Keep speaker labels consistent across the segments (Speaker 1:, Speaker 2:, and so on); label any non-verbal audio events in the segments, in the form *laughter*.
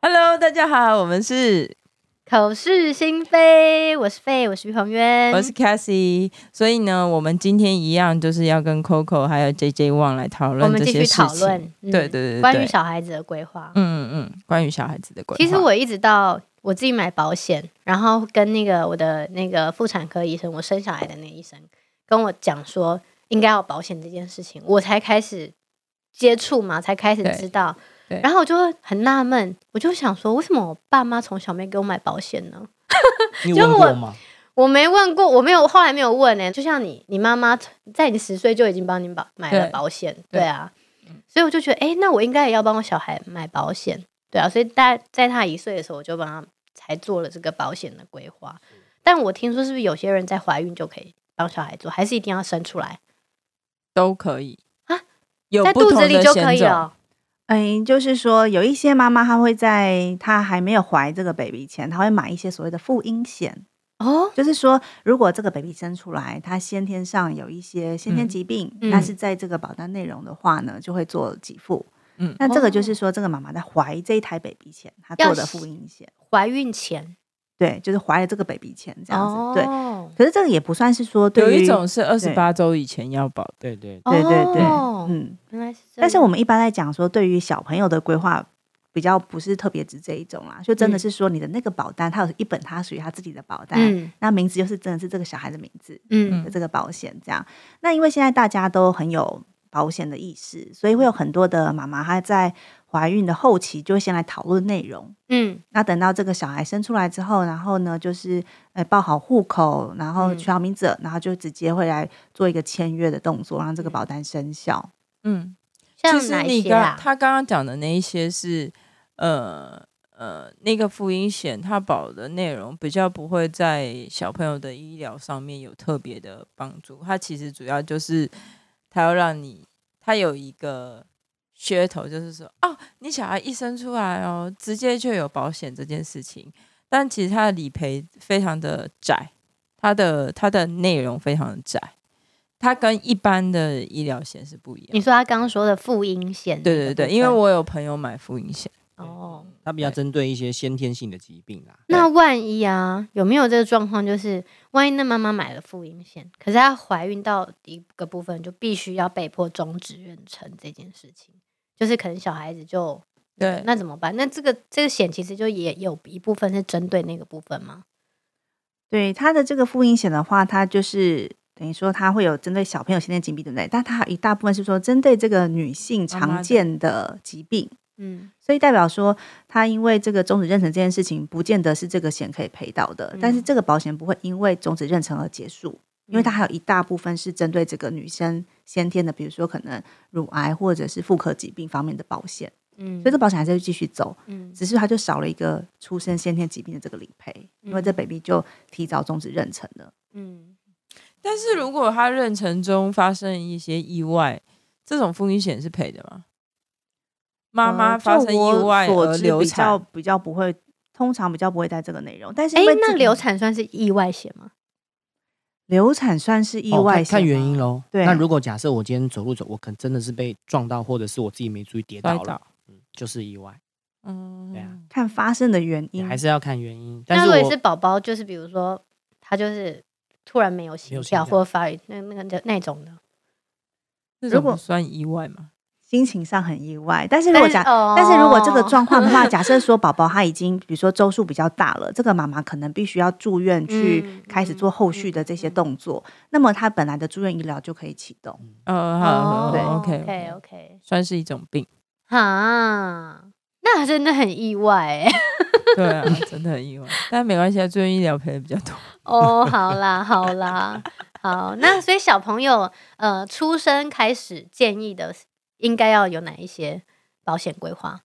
Speaker 1: Hello，大家好，我们是
Speaker 2: 口是心非，我是费，我是于鹏渊，
Speaker 1: 我是 Cassie，所以呢，我们今天一样就是要跟 Coco 还有 JJ Wang 来讨
Speaker 2: 我
Speaker 1: 论
Speaker 2: 们
Speaker 1: 这
Speaker 2: 继
Speaker 1: 些
Speaker 2: 续
Speaker 1: 事情。
Speaker 2: 讨论，嗯
Speaker 1: 对对对对
Speaker 2: 关于小孩子的规划。
Speaker 1: 嗯嗯嗯，关于小孩子的规划。
Speaker 2: 其实我一直到我自己买保险，然后跟那个我的那个妇产科医生，我生小孩的那医生跟我讲说应该要保险这件事情，我才开始接触嘛，才开始
Speaker 1: 对
Speaker 2: 知道。
Speaker 1: 对
Speaker 2: 然后我就很纳闷，我就想说，为什么我爸妈从小没给我买保险呢？ *laughs*
Speaker 3: 你
Speaker 2: 就
Speaker 3: 问
Speaker 2: 我
Speaker 3: 过吗？
Speaker 2: 我没问过，我没有，后来没有问呢、就像你，你妈妈在你十岁就已经帮你保买了
Speaker 1: 对
Speaker 2: 保险，
Speaker 1: 对
Speaker 2: 对啊，所以我就觉得，哎、那我应该也要帮我小孩买保险，对啊，所以大在他一岁的时候，我就帮他才做了这个保险的规划。但我听说，是不是有些人在怀孕就可以帮小孩做，还是一定要生出来，
Speaker 1: 都可以
Speaker 2: 啊，
Speaker 1: 有
Speaker 2: 在
Speaker 1: 不
Speaker 2: 肚
Speaker 1: 同
Speaker 2: 子
Speaker 1: 的
Speaker 2: 里就
Speaker 1: 险
Speaker 2: 可以哦
Speaker 1: 种
Speaker 2: 了？
Speaker 4: 哎，就是说，有一些妈妈她会在她还没有怀这个 baby 前，她会买一些所谓的妇婴险，
Speaker 2: 哦，
Speaker 4: 就是说，如果这个 baby 生出来，她先天上有一些先天疾病，
Speaker 2: 嗯
Speaker 4: 那是在这个保单内容的话呢，就会做给付。
Speaker 1: 嗯
Speaker 4: 那这个就是说，这个妈妈在怀这一台 baby 前，她
Speaker 2: 哦要
Speaker 4: 做的
Speaker 2: 是
Speaker 4: 妇婴险，
Speaker 2: 怀孕前
Speaker 4: 对，就是怀了这个 baby 前这样子，对。
Speaker 2: 哦
Speaker 4: 可是这个也不算是说对
Speaker 1: 有
Speaker 4: 于
Speaker 1: 一种是二十八周以前要保的，
Speaker 3: 对对，
Speaker 4: 对对对，
Speaker 2: 哦
Speaker 4: 嗯，
Speaker 2: 原来是这样，
Speaker 4: 但是我们一般在讲说，对于小朋友的规划比较不是特别指这一种啦，就真的是说你的那个保单，它有一本它属于它自己的保单，
Speaker 2: 嗯
Speaker 4: 那名字就是真的是这个小孩的名字
Speaker 2: 嗯
Speaker 4: 的这个保险这样。那因为现在大家都很有保险的意识，所以会有很多的妈妈她在怀孕的后期就会先来讨论内容。
Speaker 2: 嗯
Speaker 4: 那等到这个小孩生出来之后，然后呢，就是呃报好户口，然后
Speaker 2: 嗯
Speaker 4: 取好名字，然后就直接会来做一个签约的动作，让这个保单生效。
Speaker 1: 嗯，
Speaker 2: 像
Speaker 1: 其实
Speaker 2: 哪一
Speaker 1: 你
Speaker 2: 些
Speaker 1: 刚
Speaker 2: 啊？
Speaker 1: 他刚刚讲的那一些是，呃呃，那个妇婴险它保的内容比较不会在小朋友的医疗上面有特别的帮助，它其实主要就是它要让你，它有一个噱头，就是说哦，你小孩一生出来哦，直接就有保险这件事情，但其实它的理赔非常的窄，它的它的内容非常的窄。它跟一般的医疗险是不一样的
Speaker 2: 你。说他刚刚说的妇阴险，
Speaker 1: 对对对，因为我有朋友买复印险，
Speaker 2: 哦，
Speaker 3: 它比较针对一些先天性的疾病啦。
Speaker 2: 那万一啊，有没有这个状况？就是万一那妈妈买了妇婴险，可是她怀孕到一个部分，就必须要被迫终止妊娠这件事情，就是可能小孩子就
Speaker 1: 对，
Speaker 2: 那怎么办？那这个这个险其实就也有一部分是针对那个部分吗？
Speaker 4: 对它的这个复印险的话，它就是等于说它会有针对小朋友先天疾病，对不对？但它还有一大部分是说针对这个女性
Speaker 1: 妈妈的
Speaker 4: 常见的疾病，
Speaker 2: 嗯，
Speaker 4: 所以代表说它因为这个终止妊娠这件事情，不见得是这个险可以赔到的。但是
Speaker 1: 嗯
Speaker 4: 这个保险不会因为终止妊娠而结束，因为它还有一大部分是针对这个女生先天的，比如说可能乳癌或者是妇科疾病方面的保险，
Speaker 2: 嗯
Speaker 4: 所以这保险还是会继续走。
Speaker 2: 嗯
Speaker 4: 只是它就少了一个出生先天疾病的这个理赔，因为这
Speaker 2: 嗯
Speaker 4: baby 就提早终止妊娠了。
Speaker 2: 嗯，
Speaker 1: 但是如果他妊娠中发生一些意外，这种复印险是赔的吗？妈妈
Speaker 4: 呃
Speaker 1: 发
Speaker 4: 就
Speaker 1: 生意
Speaker 4: 我
Speaker 1: 外
Speaker 4: 所
Speaker 1: 而
Speaker 4: 知
Speaker 1: 流
Speaker 4: 比较
Speaker 1: 产，
Speaker 4: 比较不会，通常比较不会带这个内容。但是
Speaker 2: 哎
Speaker 4: 因为，
Speaker 2: 那
Speaker 4: 自
Speaker 2: 流产算是意外险吗？
Speaker 4: 流产算是意
Speaker 3: 哦
Speaker 4: 外
Speaker 3: 看看
Speaker 4: 险
Speaker 3: 原
Speaker 4: 吗
Speaker 3: 因喽。
Speaker 4: 对
Speaker 3: 那
Speaker 4: 啊
Speaker 3: 如果假设我今天走路走，我可能真的是被撞到，或者是我自己没注意跌倒
Speaker 1: 摔
Speaker 3: 了
Speaker 1: 倒，
Speaker 3: 嗯，就是意外，
Speaker 1: 嗯，
Speaker 3: 对啊
Speaker 4: 看发生的原因，
Speaker 3: 还是要看原因。
Speaker 2: 嗯
Speaker 3: 但
Speaker 2: 那
Speaker 3: 是
Speaker 2: 如
Speaker 3: 我
Speaker 2: 果是宝宝，就是比如说他就是突然没有
Speaker 3: 没
Speaker 2: 心
Speaker 3: 有心
Speaker 2: 跳
Speaker 3: 跳
Speaker 2: 或者发那那个那那种的，
Speaker 1: 这
Speaker 4: 如
Speaker 1: 种
Speaker 4: 果
Speaker 1: 不算意外吗？
Speaker 4: 心情上很意外。但是如果假，
Speaker 2: 哦
Speaker 4: 但是如果这个状况的
Speaker 2: *laughs*
Speaker 4: 话，假设说宝宝他已经比如说周数比较大了，这个妈妈可能必须要住院
Speaker 2: 嗯
Speaker 4: 去开始做
Speaker 2: 嗯
Speaker 4: 后续的这些动作，那么她本来的住院医疗就可以启动。
Speaker 3: 嗯
Speaker 1: 呃，好
Speaker 2: 哦
Speaker 1: 好，OK
Speaker 2: OK
Speaker 1: OK，
Speaker 2: OK，
Speaker 1: 算是一种病，
Speaker 2: 啊，那真的很意外哎、
Speaker 1: 对
Speaker 4: *laughs*
Speaker 1: 啊，真的很意外，但没关系啊，住院医疗赔的比较多。
Speaker 2: 哦，好啦，好啦，好，那所以小朋友呃出生开始建议的应该要有哪一些保险规划？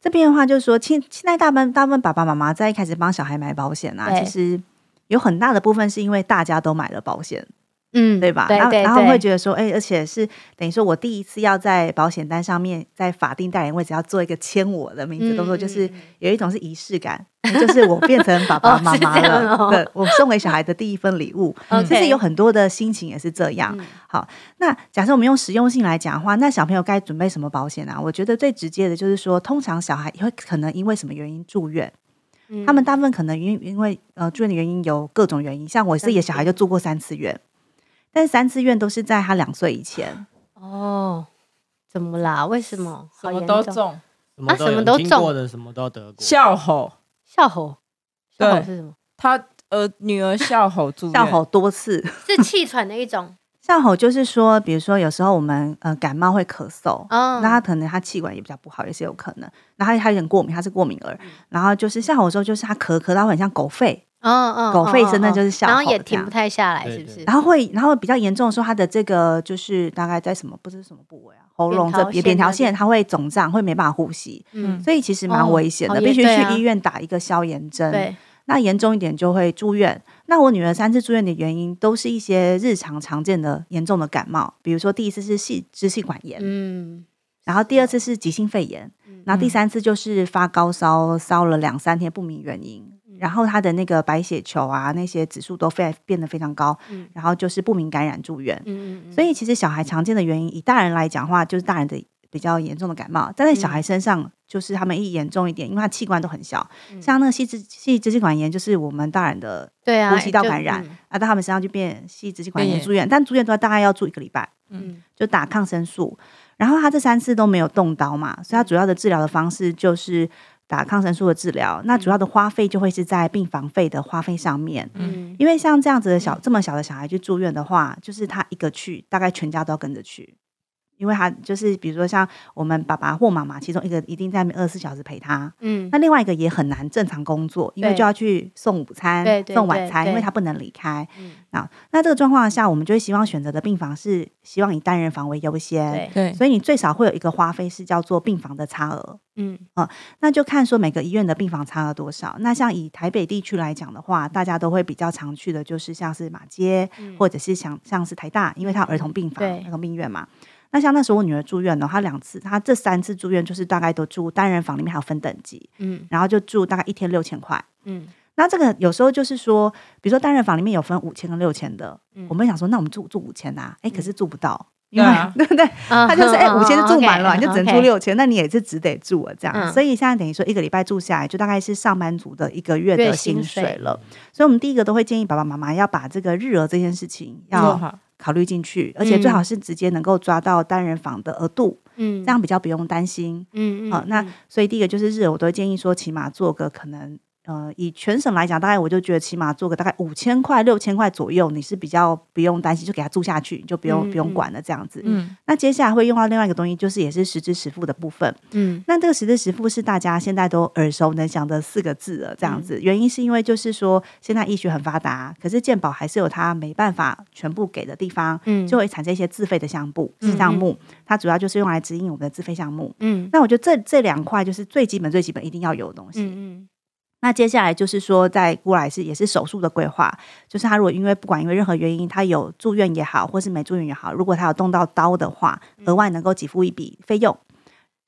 Speaker 4: 这边的话就是说，现现在大部分大部分爸爸妈妈在一开始帮小孩买保险啊，
Speaker 2: 对
Speaker 4: 其实有很大的部分是因为大家都买了保险，
Speaker 2: 嗯，
Speaker 4: 对吧？
Speaker 2: 对
Speaker 4: 然后
Speaker 2: 对
Speaker 4: 然后会
Speaker 2: 对
Speaker 4: 觉得说，哎、而且是等于说我第一次要在保险单上面，在法定代理人位置要做一个签我的名字动作，就是
Speaker 2: 嗯嗯嗯
Speaker 4: 有一种是仪式感， *laughs* 就是我变成爸爸
Speaker 2: *laughs* 哦
Speaker 4: 妈
Speaker 2: 是
Speaker 4: 妈
Speaker 2: 这样
Speaker 4: 了，
Speaker 2: 哦
Speaker 4: 对 *laughs* 我送给小孩的第一份礼物。
Speaker 1: 嗯
Speaker 2: *laughs* OK
Speaker 4: 其实有很多的心情也是这样。
Speaker 2: 嗯
Speaker 4: 好，那假设我们用实用性来讲的话，那小朋友该准备什么保险啊？我觉得最直接的就是说，通常小孩会可能因为什么原因住院，
Speaker 2: 嗯
Speaker 4: 他们大部分可能因因为呃住院的原因有各种原因，像我自己的小孩就住过三次院，但是三次院都是在他两岁以前。
Speaker 2: 哦，怎么啦？为什么？
Speaker 1: 什
Speaker 2: 好
Speaker 1: 么
Speaker 2: 严
Speaker 1: 都
Speaker 2: 重
Speaker 1: 中，
Speaker 3: 什么
Speaker 2: 啊
Speaker 3: 都
Speaker 2: 什
Speaker 3: 有
Speaker 2: 么都
Speaker 3: 听
Speaker 2: 中
Speaker 3: 过的，什么都得过。
Speaker 1: 笑吼，
Speaker 2: 笑吼，笑吼
Speaker 1: 对
Speaker 2: 是什么？
Speaker 1: 他呃女儿笑吼
Speaker 2: 嗯
Speaker 1: 住院
Speaker 4: 笑吼多次， *laughs*
Speaker 2: 是气喘的一种。
Speaker 4: 笑吼就是说，比如说有时候我们呃感冒会咳嗽，
Speaker 2: 嗯，
Speaker 4: 那他可能他气管也比较不好，也是有可能。然后他他有点过敏，他是过敏儿。然后就是笑吼的时候，就是他咳咳到很像狗吠，
Speaker 2: 嗯嗯，
Speaker 4: 狗吠
Speaker 2: 嗯
Speaker 4: 真的就是
Speaker 2: 嗯
Speaker 4: 笑
Speaker 2: 然后
Speaker 4: 吼
Speaker 2: 也
Speaker 4: 这
Speaker 2: 停
Speaker 4: 样
Speaker 2: 不太下来，
Speaker 3: 对
Speaker 2: 是不
Speaker 3: 对
Speaker 2: 是？
Speaker 4: 然后会，然后比较严重的时候，他的这个就是大概在什么不知什么部位啊，喉咙这
Speaker 2: 扁桃
Speaker 4: 边
Speaker 2: 腺
Speaker 4: 扁
Speaker 2: 那
Speaker 4: 条
Speaker 2: 里
Speaker 4: 线，他会肿胀，会没办法呼吸，
Speaker 1: 嗯
Speaker 4: 所以其实蛮
Speaker 2: 哦
Speaker 4: 危险的，
Speaker 2: 好
Speaker 4: 必
Speaker 2: 严
Speaker 4: 须
Speaker 2: 对
Speaker 4: 去
Speaker 2: 啊
Speaker 4: 医院打一个消炎针。
Speaker 2: 对，
Speaker 4: 那严重一点就会住院。那我女儿三次住院的原因都是一些日常常见的严重的感冒，比如说第一次是细支气管炎，
Speaker 2: 嗯，
Speaker 4: 然后第二次是急性肺炎，然后第三次就是发高烧，烧了两三天不明原因，
Speaker 2: 嗯
Speaker 4: 然后他的那个白血球啊那些指数都非变得非常高，
Speaker 2: 嗯
Speaker 4: 然后就是不明感染住院。
Speaker 2: 嗯嗯嗯，
Speaker 4: 所以其实小孩常见的原因，以大人来讲的话，就是大人的比较严重的感冒，但在小
Speaker 1: 嗯
Speaker 4: 孩身上，就是他们一严重一点，因为他器官都很小，
Speaker 2: 嗯
Speaker 1: 嗯
Speaker 4: 像那个细支细支气管炎，就是我们大人的
Speaker 2: 对啊，
Speaker 4: 呼吸道
Speaker 2: 就
Speaker 4: 感染，啊，到他们身上就变细支气管
Speaker 1: 变
Speaker 4: 炎
Speaker 1: 严
Speaker 4: 住院，但住院都要大概要住一个礼拜，
Speaker 2: 嗯
Speaker 4: 就打抗生素。然后他这三次都没有动刀嘛，所以他主要的治疗的方式就是打抗生素的治疗。那主要的花费就会是在病房费的花费上面，
Speaker 2: 嗯
Speaker 4: 因为像这样子的小这么小的小孩去住院的话，就是他一个去，大概全家都要跟着去。因为他就是，比如说像我们爸爸或妈妈，其中一个一定在二十四小时陪他，
Speaker 2: 嗯
Speaker 4: 那另外一个也很难正常工作，因为
Speaker 2: 对
Speaker 4: 就要去送午餐、
Speaker 2: 对对
Speaker 4: 送晚餐，
Speaker 2: 对对
Speaker 4: 因为他不能离开。
Speaker 2: 嗯
Speaker 4: 啊，那这个状况下，我们就会希望选择的病房是希望以单人房为优先
Speaker 2: 对，
Speaker 1: 对，
Speaker 4: 所以你最少会有一个花费是叫做病房的差额，
Speaker 2: 嗯
Speaker 4: 那就看说每个医院的病房差额多少。那像以台北地区来讲的话，大家都会比较常去的就是像是马街，
Speaker 2: 嗯
Speaker 4: 或者是像像是台大，因为它有儿童病房、
Speaker 2: 对
Speaker 4: 儿童病院嘛。那像那时候我女儿住院呢，她两次，她这三次住院就是大概都住单人房，里面还有分等级，
Speaker 2: 嗯
Speaker 4: 然后就住大概一天六千块。
Speaker 2: 嗯
Speaker 4: 那这个有时候就是说，比如说单人房里面有分五千跟六千的，
Speaker 2: 嗯
Speaker 4: 我们想说，那我们住住五千啊，哎，可是住不到，
Speaker 1: 对啊
Speaker 4: *laughs* 对不对？
Speaker 2: 嗯
Speaker 4: 他就是哎，五千就住满了，
Speaker 2: 嗯
Speaker 4: 你就只能住，六千，那你也是只得住了这样。
Speaker 2: 嗯
Speaker 4: 所以现在等于说一个礼拜住下来，就大概是上班族的一个月的
Speaker 2: 月
Speaker 4: 薪
Speaker 2: 薪水
Speaker 4: 水了。所以我们第一个都会建议爸爸妈妈要把这个日额这件事
Speaker 2: 嗯
Speaker 4: 情
Speaker 1: 做
Speaker 4: 要
Speaker 1: 好
Speaker 4: 考虑进去，而且最好是直接能够抓到单人房的额度，
Speaker 2: 嗯，
Speaker 4: 这样比较不用担心。
Speaker 2: 嗯嗯，
Speaker 4: 好、那所以第一个就是日，我都会建议说，起码做个可能，呃，以全省来讲，大概我就觉得起码做个大概五千块、六千块左右，你是比较不用担心，就给他住下去，你就不用、
Speaker 2: 嗯
Speaker 4: 不用
Speaker 2: 嗯
Speaker 4: 管了这样子。
Speaker 1: 嗯
Speaker 4: 那接下来会用到另外一个东西，就是也是实支实付的部分。
Speaker 2: 嗯
Speaker 4: 那这个实支实付是大家现在都耳熟能详的四个字了，这样子。
Speaker 2: 嗯
Speaker 4: 原因是因为就是说，现在医学很发达，可是健保还是有它没办法全部给的地方，
Speaker 2: 嗯
Speaker 4: 就会产生一些自费的项目
Speaker 2: 嗯
Speaker 4: 项目。它主要就是用来指引我们的自费项目。
Speaker 2: 嗯
Speaker 4: 那我觉得这这两块就是最基本、最基本一定要有的东西。
Speaker 2: 嗯
Speaker 4: 那接下来就是说，再过来是也是手术的规划，就是他如果因为不管因为任何原因，他有住院也好，或是没住院也好，如果他有动到刀的话，
Speaker 2: 嗯
Speaker 4: 额外能够给付一笔费用。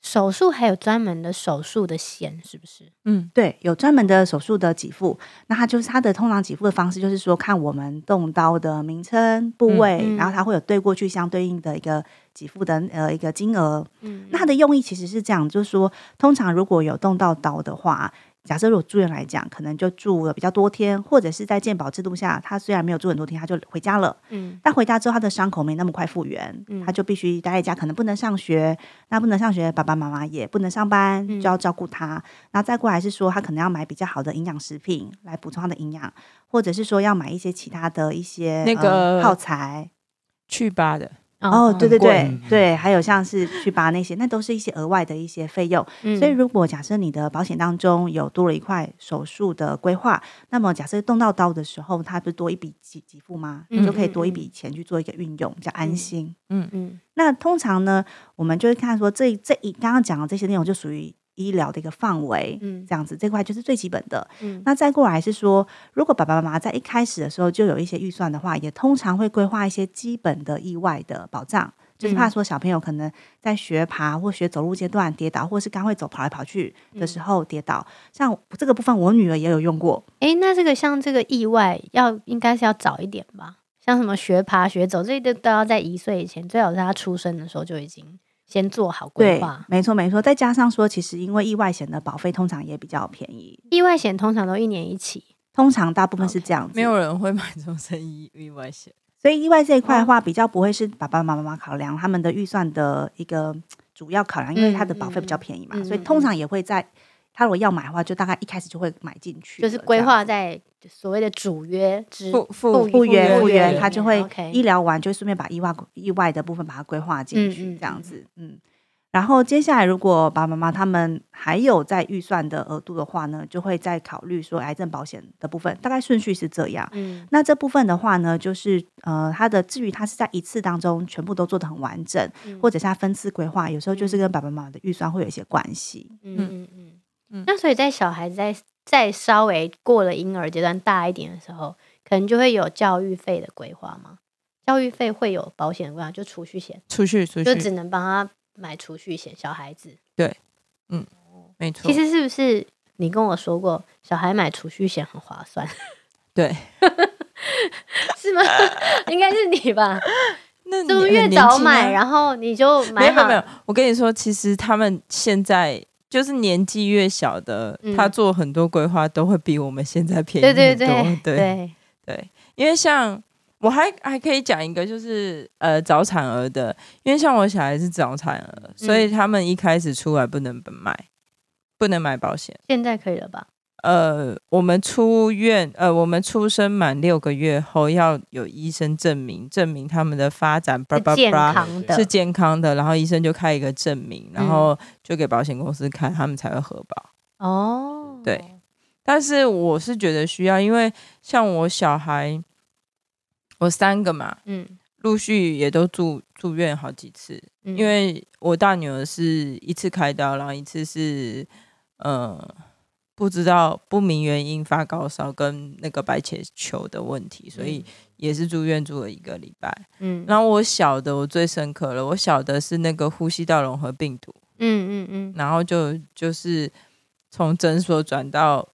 Speaker 2: 手术还有专门的手术的险，是不是？
Speaker 1: 嗯
Speaker 4: 对，有专门的手术的给付，那他就是他的通常给付的方式，就是说看我们动刀的名称、部位，
Speaker 2: 嗯嗯
Speaker 4: 然后他会有对过去相对应的一个给付的呃一个金额。
Speaker 2: 嗯
Speaker 4: 那它的用意其实是这样，就是说，通常如果有动到刀的话，假设如果住院来讲，可能就住了比较多天，或者是在健保制度下，他虽然没有住很多天，他就回家了。
Speaker 2: 嗯
Speaker 4: 但回家之后，他的伤口没那么快复原，
Speaker 2: 嗯
Speaker 4: 他就必须待在家，可能不能上学。那不能上学，爸爸妈妈也不能上班，
Speaker 2: 嗯
Speaker 4: 就要照顾他。那再过来是说，他可能要买比较好的营养食品来补充他的营养，或者是说要买一些其他的一些
Speaker 1: 那
Speaker 4: 呃
Speaker 1: 个
Speaker 4: 耗材。
Speaker 1: 去吧的，
Speaker 2: 嗯
Speaker 4: 哦，对对对
Speaker 3: 很贵
Speaker 4: 对，还有像是去拔那些，那都是一些额外的一些费用。
Speaker 2: 对
Speaker 4: 所以，如果假设你的保险当中有多了一块手术的规划，那么假设动到刀的时候，它不是多一笔给给付吗？你就可以多一笔钱去做一个运用，比较安心。
Speaker 2: 嗯
Speaker 4: 那通常呢，我们就会看说这这一刚刚讲的这些内容就属于医疗的一个范围，
Speaker 2: 嗯
Speaker 4: 这样子这块就是最基本的。
Speaker 2: 嗯
Speaker 4: 那再过来是说，如果爸爸妈妈在一开始的时候就有一些预算的话，也通常会规划一些基本的意外的保障，就是怕
Speaker 2: 嗯
Speaker 4: 说小朋友可能在学爬或学走路阶段跌倒，或是刚会走跑来跑去的
Speaker 1: 嗯
Speaker 4: 时候跌倒。像这个部分，我女儿也有用过，
Speaker 2: 哎，那这个像这个意外要应该是要早一点吧，像什么学爬学走这些都都要在一岁以前，最好是他出生的时候就已经先做好规
Speaker 4: 对
Speaker 2: 划，。
Speaker 4: 没错没错。再加上说，其实因为意外险的保费通常也比较便宜，
Speaker 2: 意外险通常都一年一起，
Speaker 4: 通常大部分是这样子。
Speaker 1: 没有人会买终身意意外险。
Speaker 4: 所以意外这一
Speaker 2: 嗯
Speaker 4: 块的话，比较不会是爸爸妈妈考量他们的预算的一个主要考量，因为它的保费比较便宜嘛，
Speaker 2: 嗯嗯嗯
Speaker 4: 所以通常也会在他如果要买的话，就大概一开始就会买进去了，
Speaker 2: 就是规划
Speaker 4: 这样子。
Speaker 2: 在所谓的主约之
Speaker 1: 复复
Speaker 2: 附附
Speaker 4: 复
Speaker 2: 约
Speaker 4: 原
Speaker 2: 附
Speaker 4: 复
Speaker 2: 约
Speaker 4: 原，
Speaker 2: 里
Speaker 4: 他就
Speaker 2: 面
Speaker 4: 会
Speaker 2: ，OK
Speaker 4: 医疗完，就顺便把意外意外的部分把它规划进
Speaker 2: 嗯嗯
Speaker 4: 去
Speaker 2: 嗯，
Speaker 4: 这样子，嗯。然后接下来，如果爸爸妈妈他们还有在预算的额度的话呢，就会再考虑说癌症保险的部分，大概顺序是这样。
Speaker 2: 嗯
Speaker 4: 那这部分的话呢，就是呃，它的至于它是在一次当中全部都做得很完整，
Speaker 2: 嗯
Speaker 4: 或者是它分次规划，有时候就是跟爸爸妈妈的预算会有一些关系。
Speaker 2: 嗯
Speaker 1: 嗯
Speaker 2: 嗯嗯嗯
Speaker 1: 嗯。
Speaker 2: 那所以在小孩在再稍微过了婴儿阶段大一点的时候，可能就会有教育费的规划吗？教育费会有保险的规划，就储蓄险，
Speaker 1: 出去出
Speaker 2: 就只
Speaker 1: 去，
Speaker 2: 能帮他买储蓄险。小孩子
Speaker 1: 没错。
Speaker 2: 其实是不是你跟我说过，小孩买储蓄险很划算， *laughs*
Speaker 1: 对，
Speaker 2: 是吗？应该是你
Speaker 1: *laughs*
Speaker 2: 吧，
Speaker 1: 那
Speaker 2: 就是
Speaker 1: 你
Speaker 2: 越
Speaker 1: 很年
Speaker 2: 早
Speaker 1: 轻啊
Speaker 2: 买，然后你就
Speaker 1: 没
Speaker 2: 买
Speaker 1: 有没
Speaker 2: 好
Speaker 1: 有没有，我跟你说，其实他们现在就是年纪越小的，
Speaker 2: 嗯
Speaker 1: 他做很多规划都会比我们现在便宜
Speaker 2: 对
Speaker 1: 很
Speaker 2: 对
Speaker 1: 多。
Speaker 2: 对
Speaker 1: 对
Speaker 2: 对，
Speaker 1: 对，因为像我还还可以讲一个，就是呃早产儿的，因为像我小孩是早产儿，所
Speaker 2: 嗯
Speaker 1: 以他们一开始出来不能买，不能买保险。
Speaker 2: 现在可以了吧？
Speaker 1: 呃，我们出院，呃，我们出生满六个月后要有医生证明，证明他们的发展，叭
Speaker 2: 是
Speaker 1: 叭
Speaker 2: 健
Speaker 1: 叭。
Speaker 2: 康的，嗯
Speaker 1: 是健康的，然后医生就开一个证明，然后就给保险公司看，他们才会核保。
Speaker 2: 哦，
Speaker 1: 对，但是我是觉得需要，因为像我小孩，我三个嘛，
Speaker 2: 嗯
Speaker 1: 陆续也都住住院好几次，
Speaker 2: 嗯，
Speaker 1: 因为我大女儿是一次开刀，然后一次是呃不知道不明原因发高烧跟那个白血球的问题，所以也是住院住了一个礼拜。
Speaker 2: 嗯
Speaker 1: 然后我小的我最深刻了，我小的是那个呼吸道融合病毒，
Speaker 2: 嗯嗯嗯，
Speaker 1: 然后就就是从诊所转到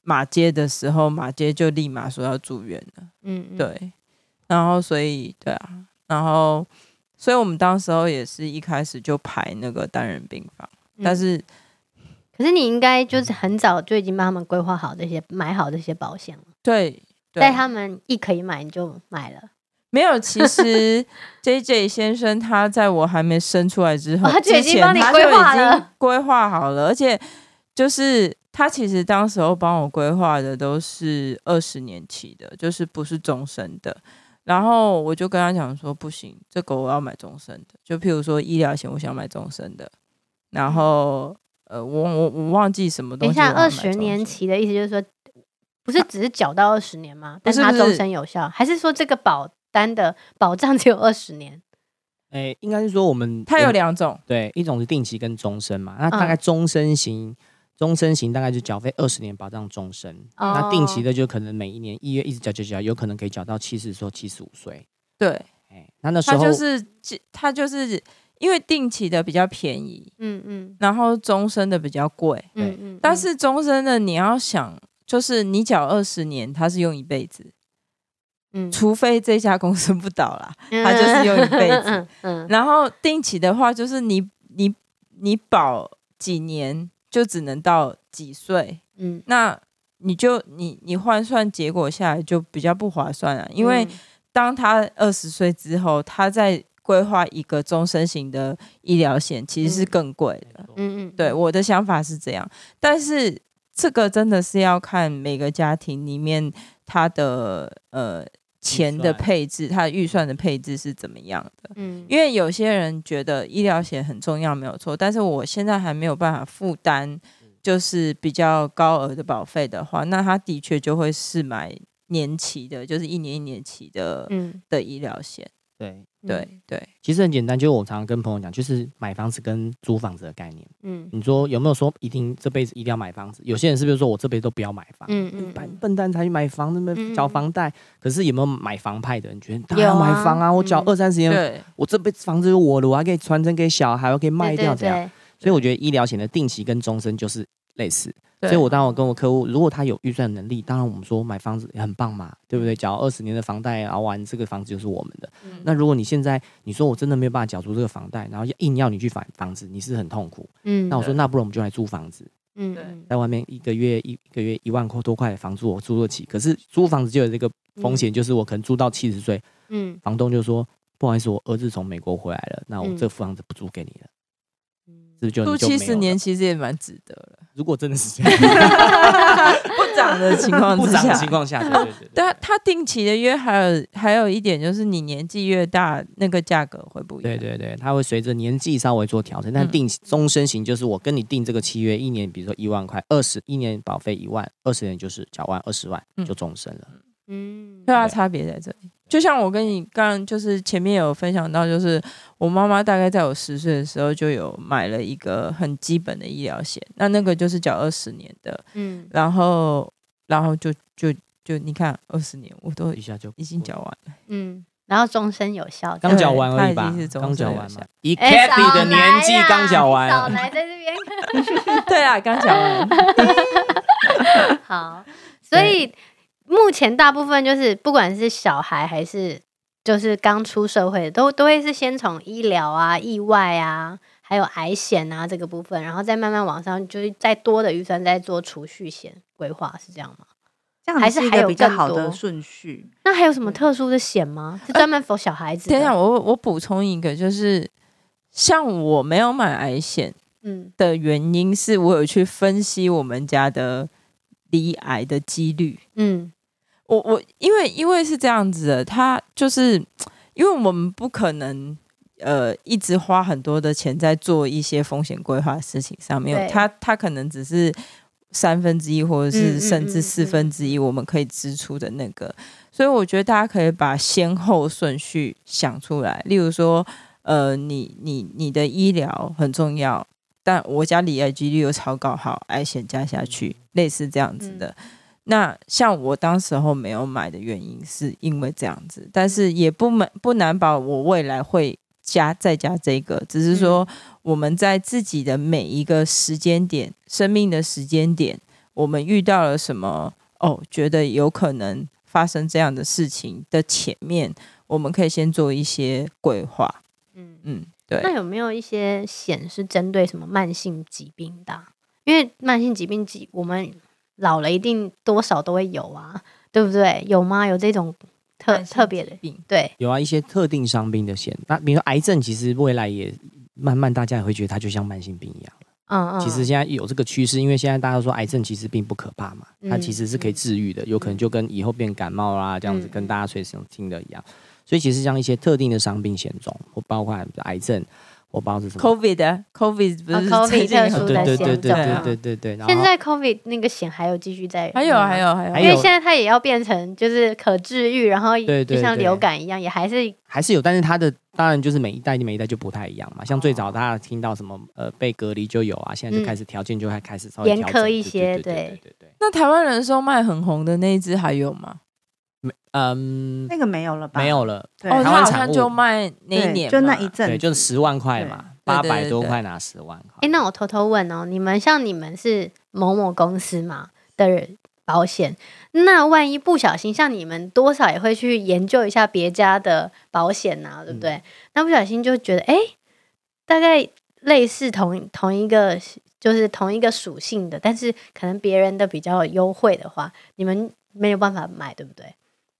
Speaker 1: 马街的时候，马街就立马说要住院了。
Speaker 2: 嗯，嗯，
Speaker 1: 对，然后所以对啊，然后所以我们当时候也是一开始就排那个单人病房，
Speaker 2: 嗯
Speaker 1: 但是
Speaker 2: 可是你应该就是很早就已经帮他们规划好这些，买好这些保险了，
Speaker 1: 对对
Speaker 2: 在他们一可以买你就买了，
Speaker 1: 没有，其实
Speaker 2: *laughs*
Speaker 1: J J 先生他在我还没生出来之后，
Speaker 2: 哦他就已经
Speaker 1: 之前
Speaker 2: 帮你
Speaker 1: 他
Speaker 2: 规划
Speaker 1: 就已经
Speaker 2: 了
Speaker 1: 规划好了，而且就是他其实当时候帮我规划的都是二十年期的，就是不是终身的。然后我就跟他讲说，不行，这个我要买终身的。就譬如说医疗险，我想买终身的。然后呃，我我我忘记什么
Speaker 2: 等
Speaker 1: 东
Speaker 2: 一
Speaker 1: 西我
Speaker 2: 下，
Speaker 1: 要买
Speaker 2: 二
Speaker 1: 终身。
Speaker 2: 十年期的意思就是说，不是只是缴到二十年
Speaker 3: 啊
Speaker 2: 吗？但
Speaker 1: 不是
Speaker 2: 它
Speaker 1: 不是
Speaker 2: 终身有效，还是说这个保单的保障只有二十年？
Speaker 3: 哎，应该是说我们
Speaker 1: 它有
Speaker 3: 我
Speaker 1: 两种，
Speaker 3: 对，一种是定期跟终身嘛，那大
Speaker 2: 嗯
Speaker 3: 概终身型。终身型大概就缴费二十年保障终身，那定
Speaker 2: 哦
Speaker 3: 期的就可能每一年一月一直缴缴缴，有可能可以缴到七十说七十五岁。
Speaker 1: 对，
Speaker 3: 哎，那那时
Speaker 1: 它
Speaker 3: 候
Speaker 1: 就是它就是因为定期的比较便宜，
Speaker 2: 嗯嗯
Speaker 1: 然后终身的比较贵，
Speaker 3: 对
Speaker 2: 嗯嗯，
Speaker 1: 但是终身的你要想，就是你缴二十年，它是用一辈子，
Speaker 2: 嗯，
Speaker 1: 除非这家公司不倒啦。
Speaker 2: 它
Speaker 1: 它就是用一辈子，
Speaker 2: *laughs* 嗯嗯
Speaker 1: 然后定期的话，就是你你你保几年，就只能到几岁，
Speaker 2: 嗯，
Speaker 1: 那你就你你换算结果下来就比较不划算啊，因为
Speaker 2: 嗯
Speaker 1: 当他二十岁之后，他再规划一个终身型的医疗险，其实是
Speaker 2: 嗯
Speaker 1: 更贵的。
Speaker 2: 嗯嗯
Speaker 1: 对，我的想法是这样，但是这个真的是要看每个家庭里面他的呃钱的
Speaker 3: 算
Speaker 1: 配置，他的预算的配置是怎么样的。
Speaker 2: 嗯
Speaker 1: 因为有些人觉得医疗险很重要，没有错，但是我现在还没有办法负担，就是比较高额的保费的话，那他的确就会是买年期的，就是一年一年期的
Speaker 2: 嗯
Speaker 1: 的医疗险。
Speaker 3: 对，
Speaker 1: 对对，
Speaker 3: 其实很简单，就是我常常跟朋友讲，就是买房子跟租房子的概念。
Speaker 2: 嗯，
Speaker 3: 你说有没有说一定这辈子一定要买房子？有些人是不是说我这辈子都不要买房？
Speaker 2: 嗯嗯
Speaker 3: 笨
Speaker 2: 嗯，
Speaker 3: 笨蛋才去买房，那
Speaker 2: 嗯
Speaker 3: 么缴房贷。可是有没有买房派的人觉得当
Speaker 2: 有
Speaker 3: 然要买
Speaker 2: 啊
Speaker 3: 房啊？我缴
Speaker 2: 嗯
Speaker 3: 二三十年，
Speaker 1: 对
Speaker 3: 我这辈子房子有我的，我还可以传承给小孩，我可以卖
Speaker 2: 对
Speaker 3: 掉
Speaker 2: 对
Speaker 3: 怎样？
Speaker 2: 对，
Speaker 3: 所以我觉得医疗险的定期跟终身就是类似。
Speaker 1: 对，
Speaker 3: 所以我当我跟我客户，如果他有预算能力，当然我们说买房子也很棒嘛，对不
Speaker 2: 嗯
Speaker 3: 对？缴二十年的房贷，熬完这个房子就是我们的。
Speaker 1: 嗯
Speaker 3: 那如果你现在你说我真的没有办法缴出这个房贷，然后硬要你去买房子，你是很痛苦。
Speaker 2: 嗯，
Speaker 3: 那我说，
Speaker 1: 对
Speaker 3: 那不如我们就来租房子，
Speaker 2: 嗯
Speaker 1: 对
Speaker 2: 嗯
Speaker 3: 在外面一个月一一个月一万块多块的房租我租得起，可是租房子就有这个风险，就是我可能租到七十岁，
Speaker 2: 嗯
Speaker 3: 房东就说不好意思，我儿子从美国回来了，那我
Speaker 2: 嗯
Speaker 3: 这房子不租给你了，
Speaker 2: 嗯
Speaker 3: 是不是就
Speaker 1: 住
Speaker 3: 你就
Speaker 1: 七
Speaker 3: 没
Speaker 1: 十
Speaker 3: 有
Speaker 1: 年
Speaker 3: 了？
Speaker 1: 其实也蛮值得了，
Speaker 3: 如果真的是这样，
Speaker 1: 不啊涨的情况
Speaker 3: *laughs* 不
Speaker 1: 之
Speaker 3: 涨的
Speaker 1: 下，
Speaker 3: 情况下，对对对对
Speaker 1: 但它定期的约还有还有一点就是，你年纪越大，那个价格会不一
Speaker 3: 对
Speaker 1: 样。
Speaker 3: 对对，它会随着年纪稍微做调整，但
Speaker 1: 嗯
Speaker 3: 定终身型就是我跟你定这个契约，一年比如说一万块，二十一年保费一万，二十年就是缴完二十万
Speaker 1: 嗯
Speaker 3: 就终身了。
Speaker 2: 嗯，
Speaker 1: 对啊，
Speaker 3: 对
Speaker 1: 差别在这里。就像我跟你刚刚就是前面有分享到，就是我妈妈大概在我十岁的时候就有买了一个很基本的医疗险，那那个就是缴二十年的，
Speaker 2: 嗯
Speaker 1: 然后然后就就就你看二十年我都
Speaker 3: 一下就
Speaker 1: 已经缴完了，
Speaker 2: 嗯，然后终身有效，
Speaker 3: 刚
Speaker 1: 对
Speaker 3: 缴完而已
Speaker 1: 它已
Speaker 3: 吧
Speaker 1: 经是，终
Speaker 3: 刚缴
Speaker 1: 身有
Speaker 3: 完
Speaker 1: 效
Speaker 3: 嘛，以
Speaker 2: 哎
Speaker 3: Kathy 的年纪刚缴完，
Speaker 2: 少来啦你少来在这边
Speaker 1: *laughs* 对啊，刚缴完，
Speaker 2: *laughs* 好，所以目前大部分就是不管是小孩还是就是刚出社会的，都都会是先从医疗啊、意外啊，还有癌险啊这个部分，然后再慢慢往上，就是再多的预算再做储蓄险规划，是这样吗？
Speaker 4: 这样
Speaker 2: 还
Speaker 4: 还
Speaker 2: 是
Speaker 4: 是一
Speaker 2: 还有
Speaker 4: 个比较
Speaker 2: 更
Speaker 4: 好
Speaker 2: 多
Speaker 4: 的顺序。
Speaker 2: 那还有什么特殊的险吗？是专门 for 小孩子的？
Speaker 1: 等一下，我我补充一个，就是像我没有买癌险
Speaker 2: 嗯
Speaker 1: 的原因，是我有去分析我们家的离癌的几率。
Speaker 2: 嗯
Speaker 1: 我我因为因为是这样子的，他就是因为我们不可能呃一直花很多的钱在做一些风险规划的事情上
Speaker 2: 对
Speaker 1: 面，他他可能只是三分之一或者
Speaker 2: 嗯嗯
Speaker 1: 是甚
Speaker 2: 嗯
Speaker 1: 至四分之一我们可以支出的那个，所以我觉得大家可以把先后顺序想出来，例如说呃你你你的医疗很重要。但我家里癌几率又超高，好，癌险加下去，类似这样子的。那像我当时候没有买的原因，是因为这样子，但是也不难不难保我未来会加再加这个，只是说我们在自己的每一个时间点、生命的时间点，我们遇到了什么哦，觉得有可能发生这样的事情的前面，我们可以先做一些规划。
Speaker 2: 嗯。
Speaker 1: 嗯，
Speaker 2: 那
Speaker 1: 对，
Speaker 2: 有没有一些险是针对什么慢性疾病的啊、因为慢性疾病疾，我们老了一定多少都会有啊，对不对？有吗？有这种特特别的？
Speaker 1: 病，
Speaker 2: 对，
Speaker 3: 有啊，一些特定伤病的险，那比如说癌症，其实未来也慢慢大家也会觉得它就像慢性病一样。
Speaker 2: 嗯嗯，
Speaker 3: 其实现在有这个趋势，因为现在大家都说癌症其实并不可怕嘛，它
Speaker 2: 嗯
Speaker 3: 其实是可以治愈的，有可能就跟以后变感冒啦这样子，
Speaker 2: 嗯
Speaker 3: 跟大家随时听的一样。所以其实像一些特定的伤病险种，或包括癌症，或包括是什么。
Speaker 1: COVID 的 COVID 不
Speaker 2: 哦
Speaker 1: 是
Speaker 2: ，COVID
Speaker 1: 最近
Speaker 2: 特
Speaker 1: 很
Speaker 2: 殊
Speaker 3: 呃
Speaker 1: 多
Speaker 2: 的
Speaker 3: 对对
Speaker 2: 险
Speaker 3: 对对
Speaker 1: 种
Speaker 3: 对
Speaker 1: 啊
Speaker 3: 对对对，然
Speaker 2: 现
Speaker 3: 后
Speaker 2: 在 COVID 那个险还有继续在，
Speaker 1: 还有啊还。有还有
Speaker 3: 还
Speaker 2: 因为
Speaker 3: 有
Speaker 2: 现在它也要变成就是可治愈，然后
Speaker 3: 对对
Speaker 2: 就像
Speaker 3: 对
Speaker 2: 流感一样，也还是
Speaker 3: 还是有，但是它的当然就是每一代每一代就不太一样嘛。像最
Speaker 2: 哦
Speaker 3: 早大家听到什么呃被隔离就有啊，现在就开始条件就还开始稍
Speaker 2: 嗯
Speaker 3: 微
Speaker 2: 严
Speaker 3: 调
Speaker 2: 苛
Speaker 3: 整
Speaker 2: 一些
Speaker 3: 对对对
Speaker 2: 对
Speaker 3: 对对对。
Speaker 1: 那台湾人售卖很红的那一只还有吗？
Speaker 3: 嗯，
Speaker 4: 那个没有了吧？
Speaker 3: 没有了，
Speaker 4: 对，
Speaker 1: 哦，
Speaker 3: 台
Speaker 1: 他
Speaker 3: 湾
Speaker 1: 好
Speaker 3: 产
Speaker 1: 像
Speaker 3: 物
Speaker 1: 就卖那一
Speaker 4: 对
Speaker 1: 年嘛，
Speaker 4: 就那一阵
Speaker 3: 对，
Speaker 4: 子，
Speaker 3: 就是十万块嘛，
Speaker 1: 对对
Speaker 3: 八
Speaker 1: 对
Speaker 3: 百
Speaker 1: 对
Speaker 3: 多
Speaker 1: 对
Speaker 3: 块拿十万块。
Speaker 2: 哎，那我偷偷问哦，你们像你们是某某公司嘛的保险，那万一不小心，像你们多少也会去研究一下别家的保险呐、对不
Speaker 3: 嗯
Speaker 2: 对？那不小心就觉得，哎，大概类似同同一个，就是同一个属性的，但是可能别人的比较优惠的话，你们没有办法买，对不对？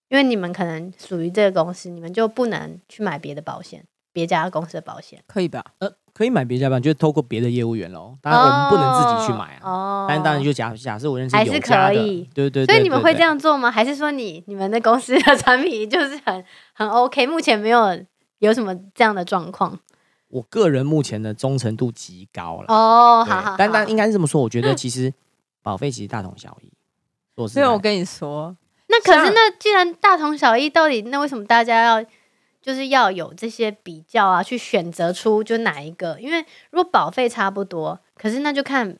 Speaker 2: 因为你们可能属于这个公司，你们就不能去买别的保险，别家公司的保险。
Speaker 1: 可以吧？
Speaker 3: 呃，可以买别家版，就是透过别的业务员喽。当然我们不能自己去买啊。
Speaker 2: 哦，
Speaker 3: 但当然就假假设我认识
Speaker 2: 还是
Speaker 3: 有家
Speaker 2: 可
Speaker 3: 的，
Speaker 2: 以
Speaker 3: 对对对
Speaker 2: 所以你们
Speaker 3: 对
Speaker 2: 会
Speaker 3: 对
Speaker 2: 这样做吗？还是说你你们的公司的 *laughs* 产品就是很很 OK，目前没有有什么这样的状况？
Speaker 3: 我个人目前的忠诚度极高了。
Speaker 2: 哦，
Speaker 3: 对
Speaker 2: 好好，
Speaker 3: 但但应
Speaker 2: 该
Speaker 3: 该是这么说，我觉得其实保费其实大同小异。我
Speaker 1: 所以我跟你说，
Speaker 2: 那可是
Speaker 1: 像
Speaker 2: 那既然大同小异，到底那为什么大家要就是要有这些比较啊，去选择出就哪一个。因为如果保费差不多，可是那就看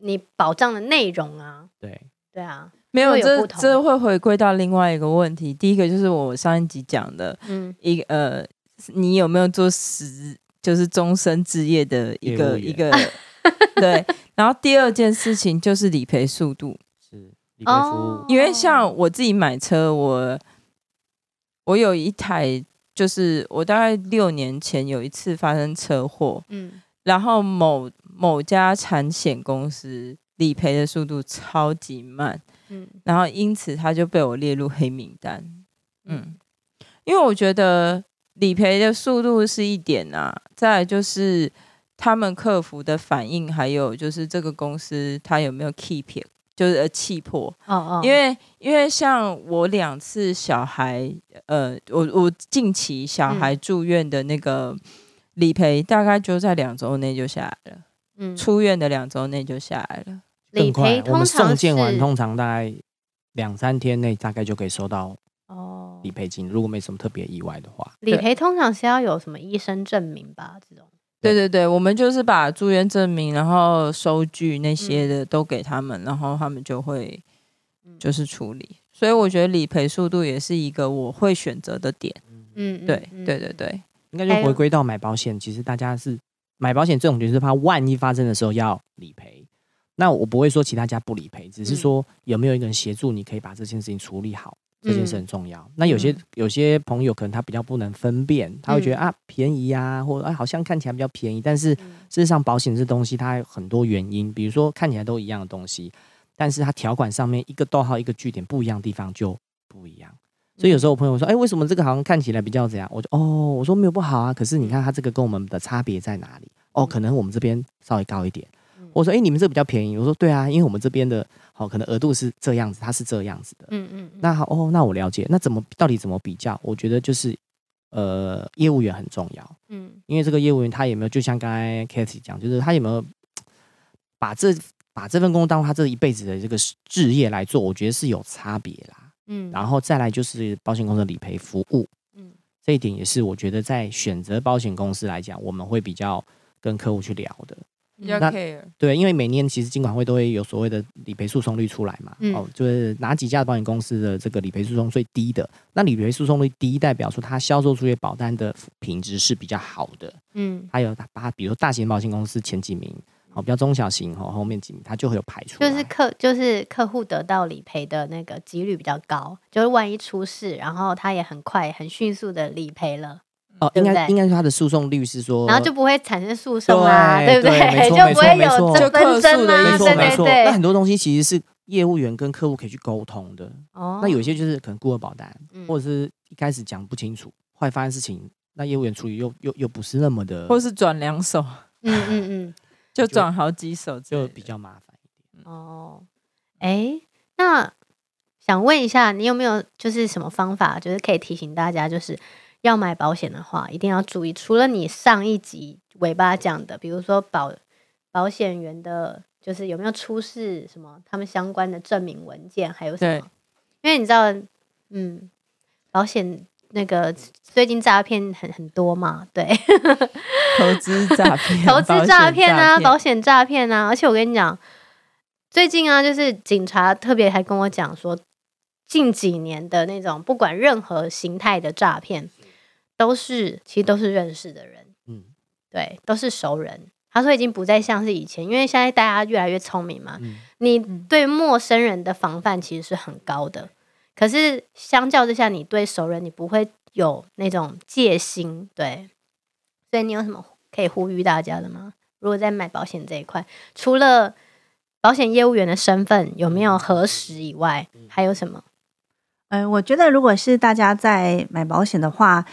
Speaker 2: 你保障的内容啊，
Speaker 3: 对，
Speaker 2: 对啊，
Speaker 1: 没有
Speaker 2: 会有
Speaker 1: 这
Speaker 2: 不同
Speaker 1: 这会回归到另外一个问题，第一个就是我上一集讲的
Speaker 2: 嗯，
Speaker 1: 一个呃，你有没有做实就是终身置业的一
Speaker 3: 业务
Speaker 1: 个
Speaker 3: 员
Speaker 1: 一个对，然后第二件事情就是理赔速度，
Speaker 3: 是理赔服务，
Speaker 2: 哦
Speaker 1: 因为像我自己买车，我我有一台，就是我大概六年前有一次发生车祸，
Speaker 2: 嗯，
Speaker 1: 然后某某家产险公司理赔的速度超级慢，
Speaker 2: 嗯
Speaker 1: 然后因此他就被我列入黑名单。嗯，因为我觉得理赔的速度是一点啊，再来就是他们客服的反应，还有就是这个公司他有没有 keep，it，就是呃气魄。
Speaker 2: 哦哦，
Speaker 1: 因为因为像我两次小孩，呃，我我近期小孩住院的那个理赔，大概就在两周内就下来了，
Speaker 2: 嗯
Speaker 1: 出院的两周内就下来了。
Speaker 2: 理
Speaker 3: 更快
Speaker 2: 赔。
Speaker 3: 我
Speaker 2: 通
Speaker 3: 们送
Speaker 2: 常
Speaker 3: 件完，
Speaker 2: 是
Speaker 3: 通常大概两三天内大概就可以收到
Speaker 2: 哦
Speaker 3: 理，赔金，如果没什么特别意外的话。
Speaker 2: 理赔通常是要有什么医生证明吧？这种
Speaker 1: 对
Speaker 3: 对
Speaker 1: 对对，我们就是把住院证明，然后收据那些的都给他们，然后他们就会
Speaker 2: 嗯
Speaker 1: 就是处理。所以我觉得理赔速度也是一个我会选择的点。
Speaker 2: 嗯，嗯
Speaker 1: 对
Speaker 2: 嗯
Speaker 1: 对对对，
Speaker 3: 应该
Speaker 2: 还
Speaker 3: 就
Speaker 2: 有
Speaker 3: 回归到买保险，其实大家是买保险这种就是怕万一发生的时候要理赔。那我不会说其他家不理赔，
Speaker 2: 嗯
Speaker 3: 只是说有没有一个人协助，你可以把这件事情处理好，这
Speaker 2: 嗯
Speaker 3: 件事很重要。那有些
Speaker 1: 嗯
Speaker 3: 有些朋友可能他比较不能分辨，他会觉得啊便宜啊，或者啊好像看起来比较便宜，但是
Speaker 2: 嗯
Speaker 3: 事实上保险这东西它有很多原因，比如说看起来都一样的东西，但是它条款上面一个逗号一个句点不一样的地方就不一样。所以有时候我朋友说：“哎、为什么这个好像看起来比较怎样？”我就哦，我说没有不好啊，可是你看它这个跟我们的差别在哪里？哦，可能我们这边稍微高一点。
Speaker 2: 嗯
Speaker 3: 我说：“哎、你们这个比较便宜。”我说：“对啊，因为我们这边的好、可能额度是这样子，它是这样子的。
Speaker 2: 嗯嗯嗯，
Speaker 3: 那好哦，那我了解。那怎么到底怎么比较？我觉得就是呃，业务员很重要，
Speaker 2: 嗯
Speaker 3: 因为这个业务员他有没有就像刚才 Kathy 讲，就是他有没有把这把这份工作当他这一辈子的这个置业来做，我觉得是有差别啦。
Speaker 2: 嗯，
Speaker 3: 然后再来就是保险公司的理赔服务，
Speaker 2: 嗯
Speaker 3: 嗯，这一点也是我觉得在选择保险公司来讲，我们会比较跟客户去聊的。
Speaker 1: 比较
Speaker 3: 那
Speaker 1: care。
Speaker 3: 对，因为每年其实金管会都会有所谓的理赔诉讼率出来嘛，
Speaker 2: 嗯
Speaker 3: 哦，就是哪几家保险公司的这个理赔诉讼最低的，那理赔诉讼率低，代表说它销售出去的保单的品质是比较好的，
Speaker 2: 嗯，
Speaker 3: 它有把比如说大型保险公司前几名，哦，比较中小型哦后面几名，它就会有排除来，
Speaker 2: 就是客就是客户得到理赔的那个几率比较高，就是万一出事，然后他也很快很迅速的理赔了，
Speaker 3: 哦，
Speaker 2: 对
Speaker 3: 应
Speaker 2: 不
Speaker 3: 该
Speaker 2: 对
Speaker 3: 应该是它的诉讼率是说，
Speaker 2: 然后就不会产生诉讼啦，
Speaker 3: 对
Speaker 2: 不对？
Speaker 3: 对没
Speaker 2: *laughs*
Speaker 3: 错
Speaker 2: 就不会
Speaker 3: 没错
Speaker 2: 有
Speaker 3: 没错
Speaker 2: 这纷争
Speaker 1: 就
Speaker 2: 啦，
Speaker 1: 客诉
Speaker 3: 没
Speaker 1: 的
Speaker 2: 啊对
Speaker 3: 错
Speaker 1: 意
Speaker 3: 没
Speaker 2: 对
Speaker 3: 错，那
Speaker 2: 对
Speaker 3: 很。多东西其实是业务员跟客户可以去沟通的。
Speaker 2: 哦
Speaker 3: 那有些就是可能孤儿保单，
Speaker 2: 嗯
Speaker 3: 或者是一开始讲不清楚，后来发现事情，那业务员处理又又又不是那么的，
Speaker 1: 或是转两手，
Speaker 2: 嗯嗯
Speaker 1: 就
Speaker 3: 就
Speaker 1: 转好几手之类
Speaker 3: 就
Speaker 1: 的，
Speaker 3: 比较 *laughs* 麻烦。
Speaker 2: 嗯，哦，哎，那想问一下，你有没有就是什么方法，就是可以提醒大家，就是要买保险的话，一定要注意，除了你上一集尾巴讲的，比如说保保险员的，就是有没有出示什么他们相关的证明文件，还有什
Speaker 1: 对
Speaker 2: 么？因为你知道，嗯，保险那个最近诈骗很很多嘛，对，
Speaker 1: 投资诈骗、
Speaker 2: 投资诈骗啊，保
Speaker 1: 保险
Speaker 2: 险诈骗啊，而且我跟你讲，最近啊，就是警察特别还跟我讲说，近几年的那种不管任何形态的诈骗，都是其实都是认识的人，
Speaker 3: 嗯
Speaker 2: 对，都是熟人。他说已经不再像是以前，因为现在大家越来越聪明嘛，
Speaker 3: 嗯，
Speaker 2: 你对陌生人的防范其实是很高的，可是相较之下，你对熟人你不会有那种戒心，对。所以你有什么可以呼吁大家的吗？如果在买保险这一块，除了保险业务员的身份有没有核实以外，还有什么？
Speaker 4: 哎，我觉得如果是大家在买保险的话，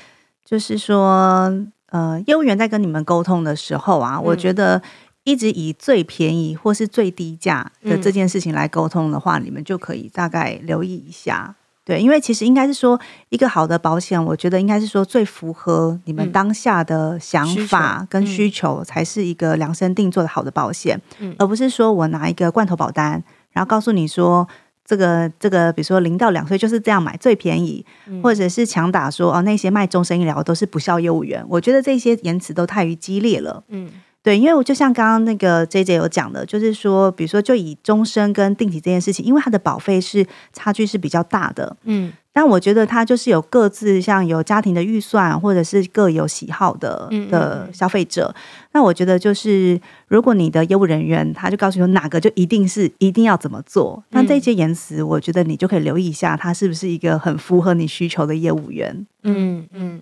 Speaker 4: 就是说，呃，业务员在跟你们沟通的时候啊，我
Speaker 1: 嗯
Speaker 4: 觉得一直以最便宜或是最低价的
Speaker 1: 嗯
Speaker 4: 这件事情来沟通的话，你们就可以大概留意一下。对，因为其实应该是说，一个好的保险，我觉得应该是说最符合你们
Speaker 2: 嗯
Speaker 4: 当下的想
Speaker 1: 需求
Speaker 4: 法跟
Speaker 2: 嗯
Speaker 4: 需求，才是一个量身定做的好的保险，
Speaker 2: 嗯
Speaker 4: 而不是说我拿一个罐头保单，然后告诉你说这个这个，比如说零到两岁就是这样买最便宜，
Speaker 2: 嗯
Speaker 4: 或者是强打说哦那些卖终身医疗都是不孝业务员，我觉得这些言辞都太于激烈了。
Speaker 2: 嗯
Speaker 4: 对，因为我就像刚刚那个 J J 有讲的，就是说，比如说就以终身跟定期这件事情，因为它的保费是差距是比较大的，
Speaker 2: 嗯
Speaker 4: 但我觉得它就是有各自像有家庭的预算，或者是各有喜好的
Speaker 2: 嗯嗯
Speaker 4: 的
Speaker 2: 嗯
Speaker 4: 消费者。那我觉得就是，如果你的业务人员他就告诉你说哪个就一定是一定要怎么做，那这些言辞，我觉得你就可以留意一下，他是不是一个很符合你需求的业务员。
Speaker 2: 嗯嗯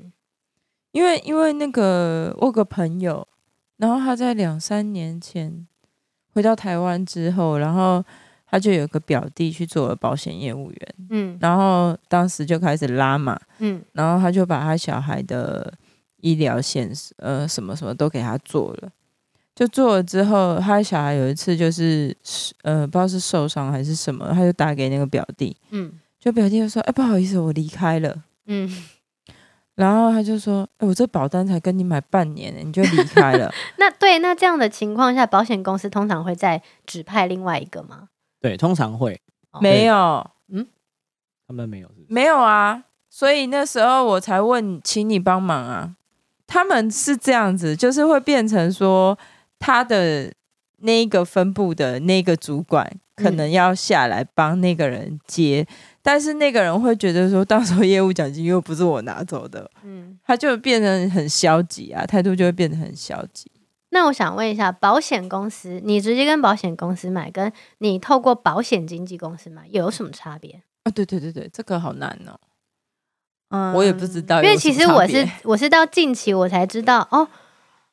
Speaker 1: 因为因为那个我有个朋友，然后他在两三年前回到台湾之后，然后他就有个表弟去做了保险业务员，
Speaker 2: 嗯
Speaker 1: 然后当时就开始拉嘛，
Speaker 2: 嗯
Speaker 1: 然后他就把他小孩的医疗险，呃，什么什么都给他做了。就做了之后，他小孩有一次就是，呃，不知道是受伤还是什么，他就打给那个表弟，
Speaker 2: 嗯
Speaker 1: 就表弟就说：“哎、不好意思，我离开了。
Speaker 2: 嗯，”
Speaker 1: 然后他就说：“哎、我这保单才跟你买半年、你就离开 *laughs* 了。
Speaker 2: 那对那这样的情况下，保险公司通常会再指派另外一个吗？
Speaker 3: 对，通常会，”
Speaker 1: 没有，
Speaker 3: 他们没有是
Speaker 2: 嗯
Speaker 3: 不是
Speaker 1: 没有啊。所以那时候我才问，请你帮忙啊。他们是这样子，就是会变成说，他的那一个分部的那个主管可能要下来帮那个人接，但是那个人会觉得说，到时候业务奖金又不是我拿走的，
Speaker 2: 嗯，
Speaker 1: 他就变成很消极啊，态度就会变得很消极。
Speaker 2: 那我想问一下，保险公司你直接跟保险公司买，跟你透过保险经纪公司买有什么差别？
Speaker 1: 啊，对对对对，这个好难哦，
Speaker 4: 嗯
Speaker 1: 我也不知。道呃有什么差别。
Speaker 2: 因为其实我是我是到近期我才知道哦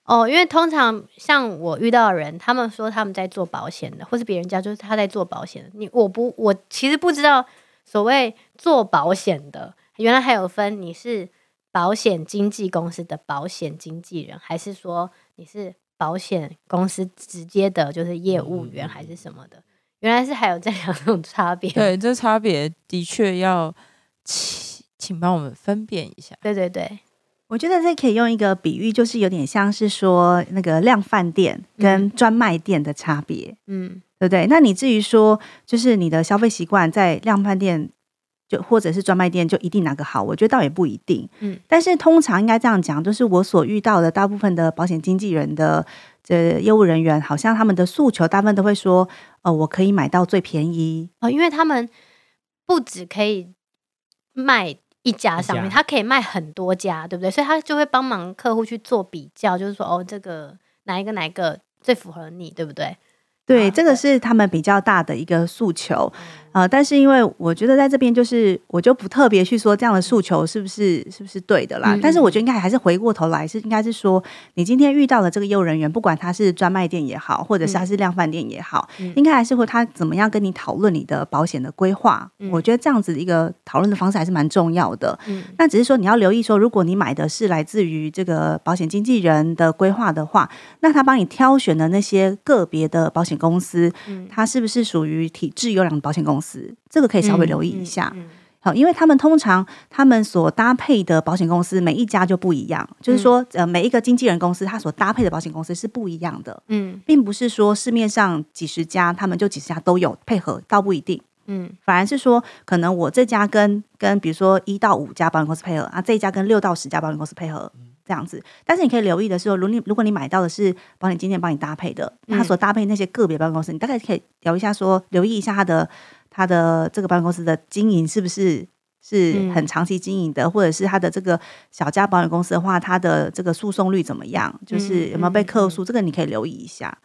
Speaker 2: 哦，因为通常像我遇到的人，他们说他们在做保险的，或是别人家就是他在做保险的，你我不我其实不知道所谓做保险的，原来还有分你是保险经纪公司的保险经纪人，还是说你是保险公司直接的就是业务
Speaker 1: 嗯
Speaker 2: 员还是什么的？原来是还有这两种差别。
Speaker 1: 对这差别的确要请请帮我们分辨一下。
Speaker 2: 对对对，
Speaker 4: 我觉得这可以用一个比喻，就是有点像是说那个量贩店跟专卖店的差别。
Speaker 2: 嗯
Speaker 4: 对不对？那你至于说，就是你的消费习惯在量贩店就或者是专卖店就一定哪个好，我觉得倒也不一定。
Speaker 2: 嗯，
Speaker 4: 但是通常应该这样讲，就是我所遇到的大部分的保险经纪人的这业务人员，好像他们的诉求大部分都会说，呃，我可以买到最便宜。
Speaker 2: 哦，因为他们不只可以卖一家
Speaker 3: 一
Speaker 2: 商品，
Speaker 3: 家
Speaker 2: 他可以卖很多家，对不对？所以他就会帮忙客户去做比较，就是说哦，这个哪一个哪一个最符合你，对不对？嗯
Speaker 4: 对，
Speaker 2: 啊
Speaker 4: 这个是他们比较大的一个诉求，呃，但是因为我觉得在这边就是我就不特别去说这样的诉求是不是是不是对的啦，
Speaker 2: 嗯
Speaker 4: 但是我觉得应该还是回过头来是应该是说，你今天遇到的这个业务人员，不管他是专卖店也好，或者是他是量贩店也好，
Speaker 2: 嗯
Speaker 4: 应该还是会他怎么样跟你讨论你的保险的规划，
Speaker 2: 嗯
Speaker 4: 我觉得这样子的一个讨论的方式还是蛮重要的。
Speaker 2: 嗯
Speaker 4: 那只是说你要留意说，如果你买的是来自于这个保险经纪人的规划的话，那他帮你挑选的那些个别的保险公司，
Speaker 2: 嗯，
Speaker 4: 它是不是属于体制优良的保险公司？这个可以稍微留意一下。
Speaker 2: 嗯嗯
Speaker 4: 好，因为他们通常他们所搭配的保险公司每一家就不一样，就是
Speaker 2: 嗯
Speaker 4: 说呃每一个经纪人公司它所搭配的保险公司是不一样的，
Speaker 2: 嗯
Speaker 4: 并不是说市面上几十家他们就几十家都有配合，倒不一定。
Speaker 2: 嗯
Speaker 4: 反而是说，可能我这家跟跟比如说一到五家保险公司配合啊，这一家跟六到十家保险公司配合这样子。但是你可以留意的是说，如果你如果你买到的是保险经纪人帮你搭配的，那他所搭配那些个别保险公司，你大概可以聊一下说，留意一下他的他的这个保险公司的经营是不是。是
Speaker 2: 嗯
Speaker 4: 很长期经营的，或者是他的这个小家保险公司的话，他的这个诉讼率怎么样？就是有没有被客诉？这个你可以留意一下。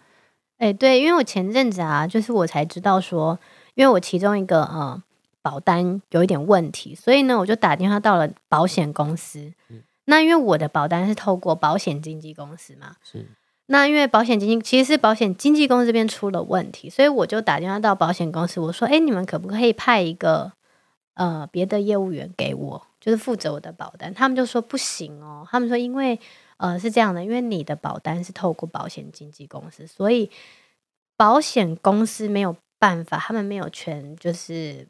Speaker 2: 哎、对，因为我前阵子啊，就是我才知道说，因为我其中一个呃保单有一点问题，所以呢，我就打电话到了保险公司。
Speaker 4: 嗯
Speaker 2: 那因为我的保单是透过保险经纪公司嘛，
Speaker 3: 是
Speaker 2: 那因为保险经纪其实是保险经纪公司这边出了问题，所以我就打电话到保险公司，我说：“哎，你们可不可以派一个呃别的业务员给我，就是负责我的保单？”他们就说不行哦，他们说因为呃是这样的，因为你的保单是透过保险经纪公司，所以保险公司没有办法，他们没有权就是。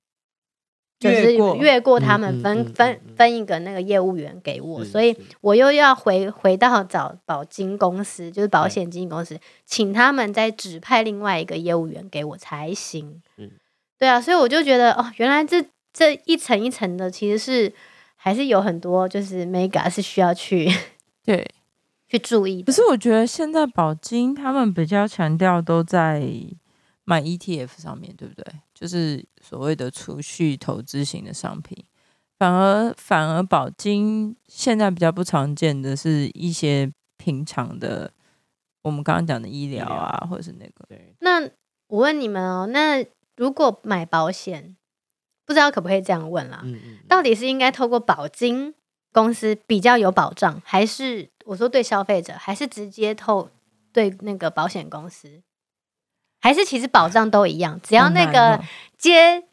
Speaker 2: 就是
Speaker 1: 越过
Speaker 2: 越过他
Speaker 3: 嗯
Speaker 2: 们
Speaker 3: 嗯
Speaker 2: 分
Speaker 3: 嗯
Speaker 2: 分
Speaker 3: 嗯嗯
Speaker 2: 分一个那个业务员给我，
Speaker 3: 是
Speaker 2: 所以
Speaker 3: 是
Speaker 2: 我又要回回到找保金公司，就是保
Speaker 3: 对
Speaker 2: 险经纪公司，请他们再指派另外一个业务员给我才行
Speaker 3: 嗯。
Speaker 2: 对啊，所以我就觉得哦，原来这这一层一层的，其实是还是有很多就是 mega 是需要去 *laughs*
Speaker 1: 对，
Speaker 2: 去注意
Speaker 1: 可
Speaker 2: 的。
Speaker 1: 是我觉得现在保金他们比较强调都在买 ETF 上面，对不对？就是所谓的储蓄投资型的商品，反而反而保金现在比较不常见的是一些平常的，我们刚刚讲的医疗啊，或者是那个
Speaker 3: 对，
Speaker 2: 那我问你们哦，那如果买保险，不知道可不可以这样问啦？
Speaker 3: 嗯嗯，
Speaker 2: 啊到底是应该透过保金公司比较有保障，还是我说对消费者，还是直接透对那个保险公司，还是其实保障都一样，只要那
Speaker 1: 好难
Speaker 2: 个
Speaker 1: 哦
Speaker 2: 接，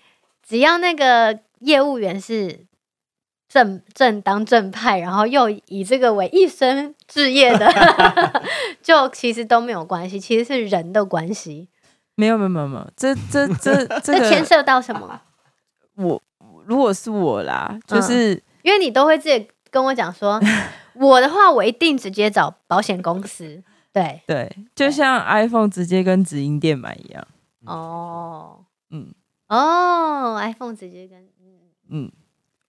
Speaker 2: 只要那个业务员是正正当正派，然后又以这个为一生置
Speaker 1: *laughs*
Speaker 2: 业的，就其实都没有关系，其实是人的关系。
Speaker 1: 没有没有没有没有，这这这这
Speaker 2: 这牵
Speaker 1: 个
Speaker 2: 涉到什么？
Speaker 1: 我如果是我啦，就
Speaker 2: 嗯
Speaker 1: 是。
Speaker 2: 因为你都会自己跟我讲
Speaker 1: *laughs*
Speaker 2: 说，我的话我一定直接找保险公司。对，
Speaker 1: 对，就像 iPhone 直接跟直营店买一样，
Speaker 2: 哦
Speaker 1: 嗯
Speaker 2: 哦，iPhone 直接跟
Speaker 1: 嗯，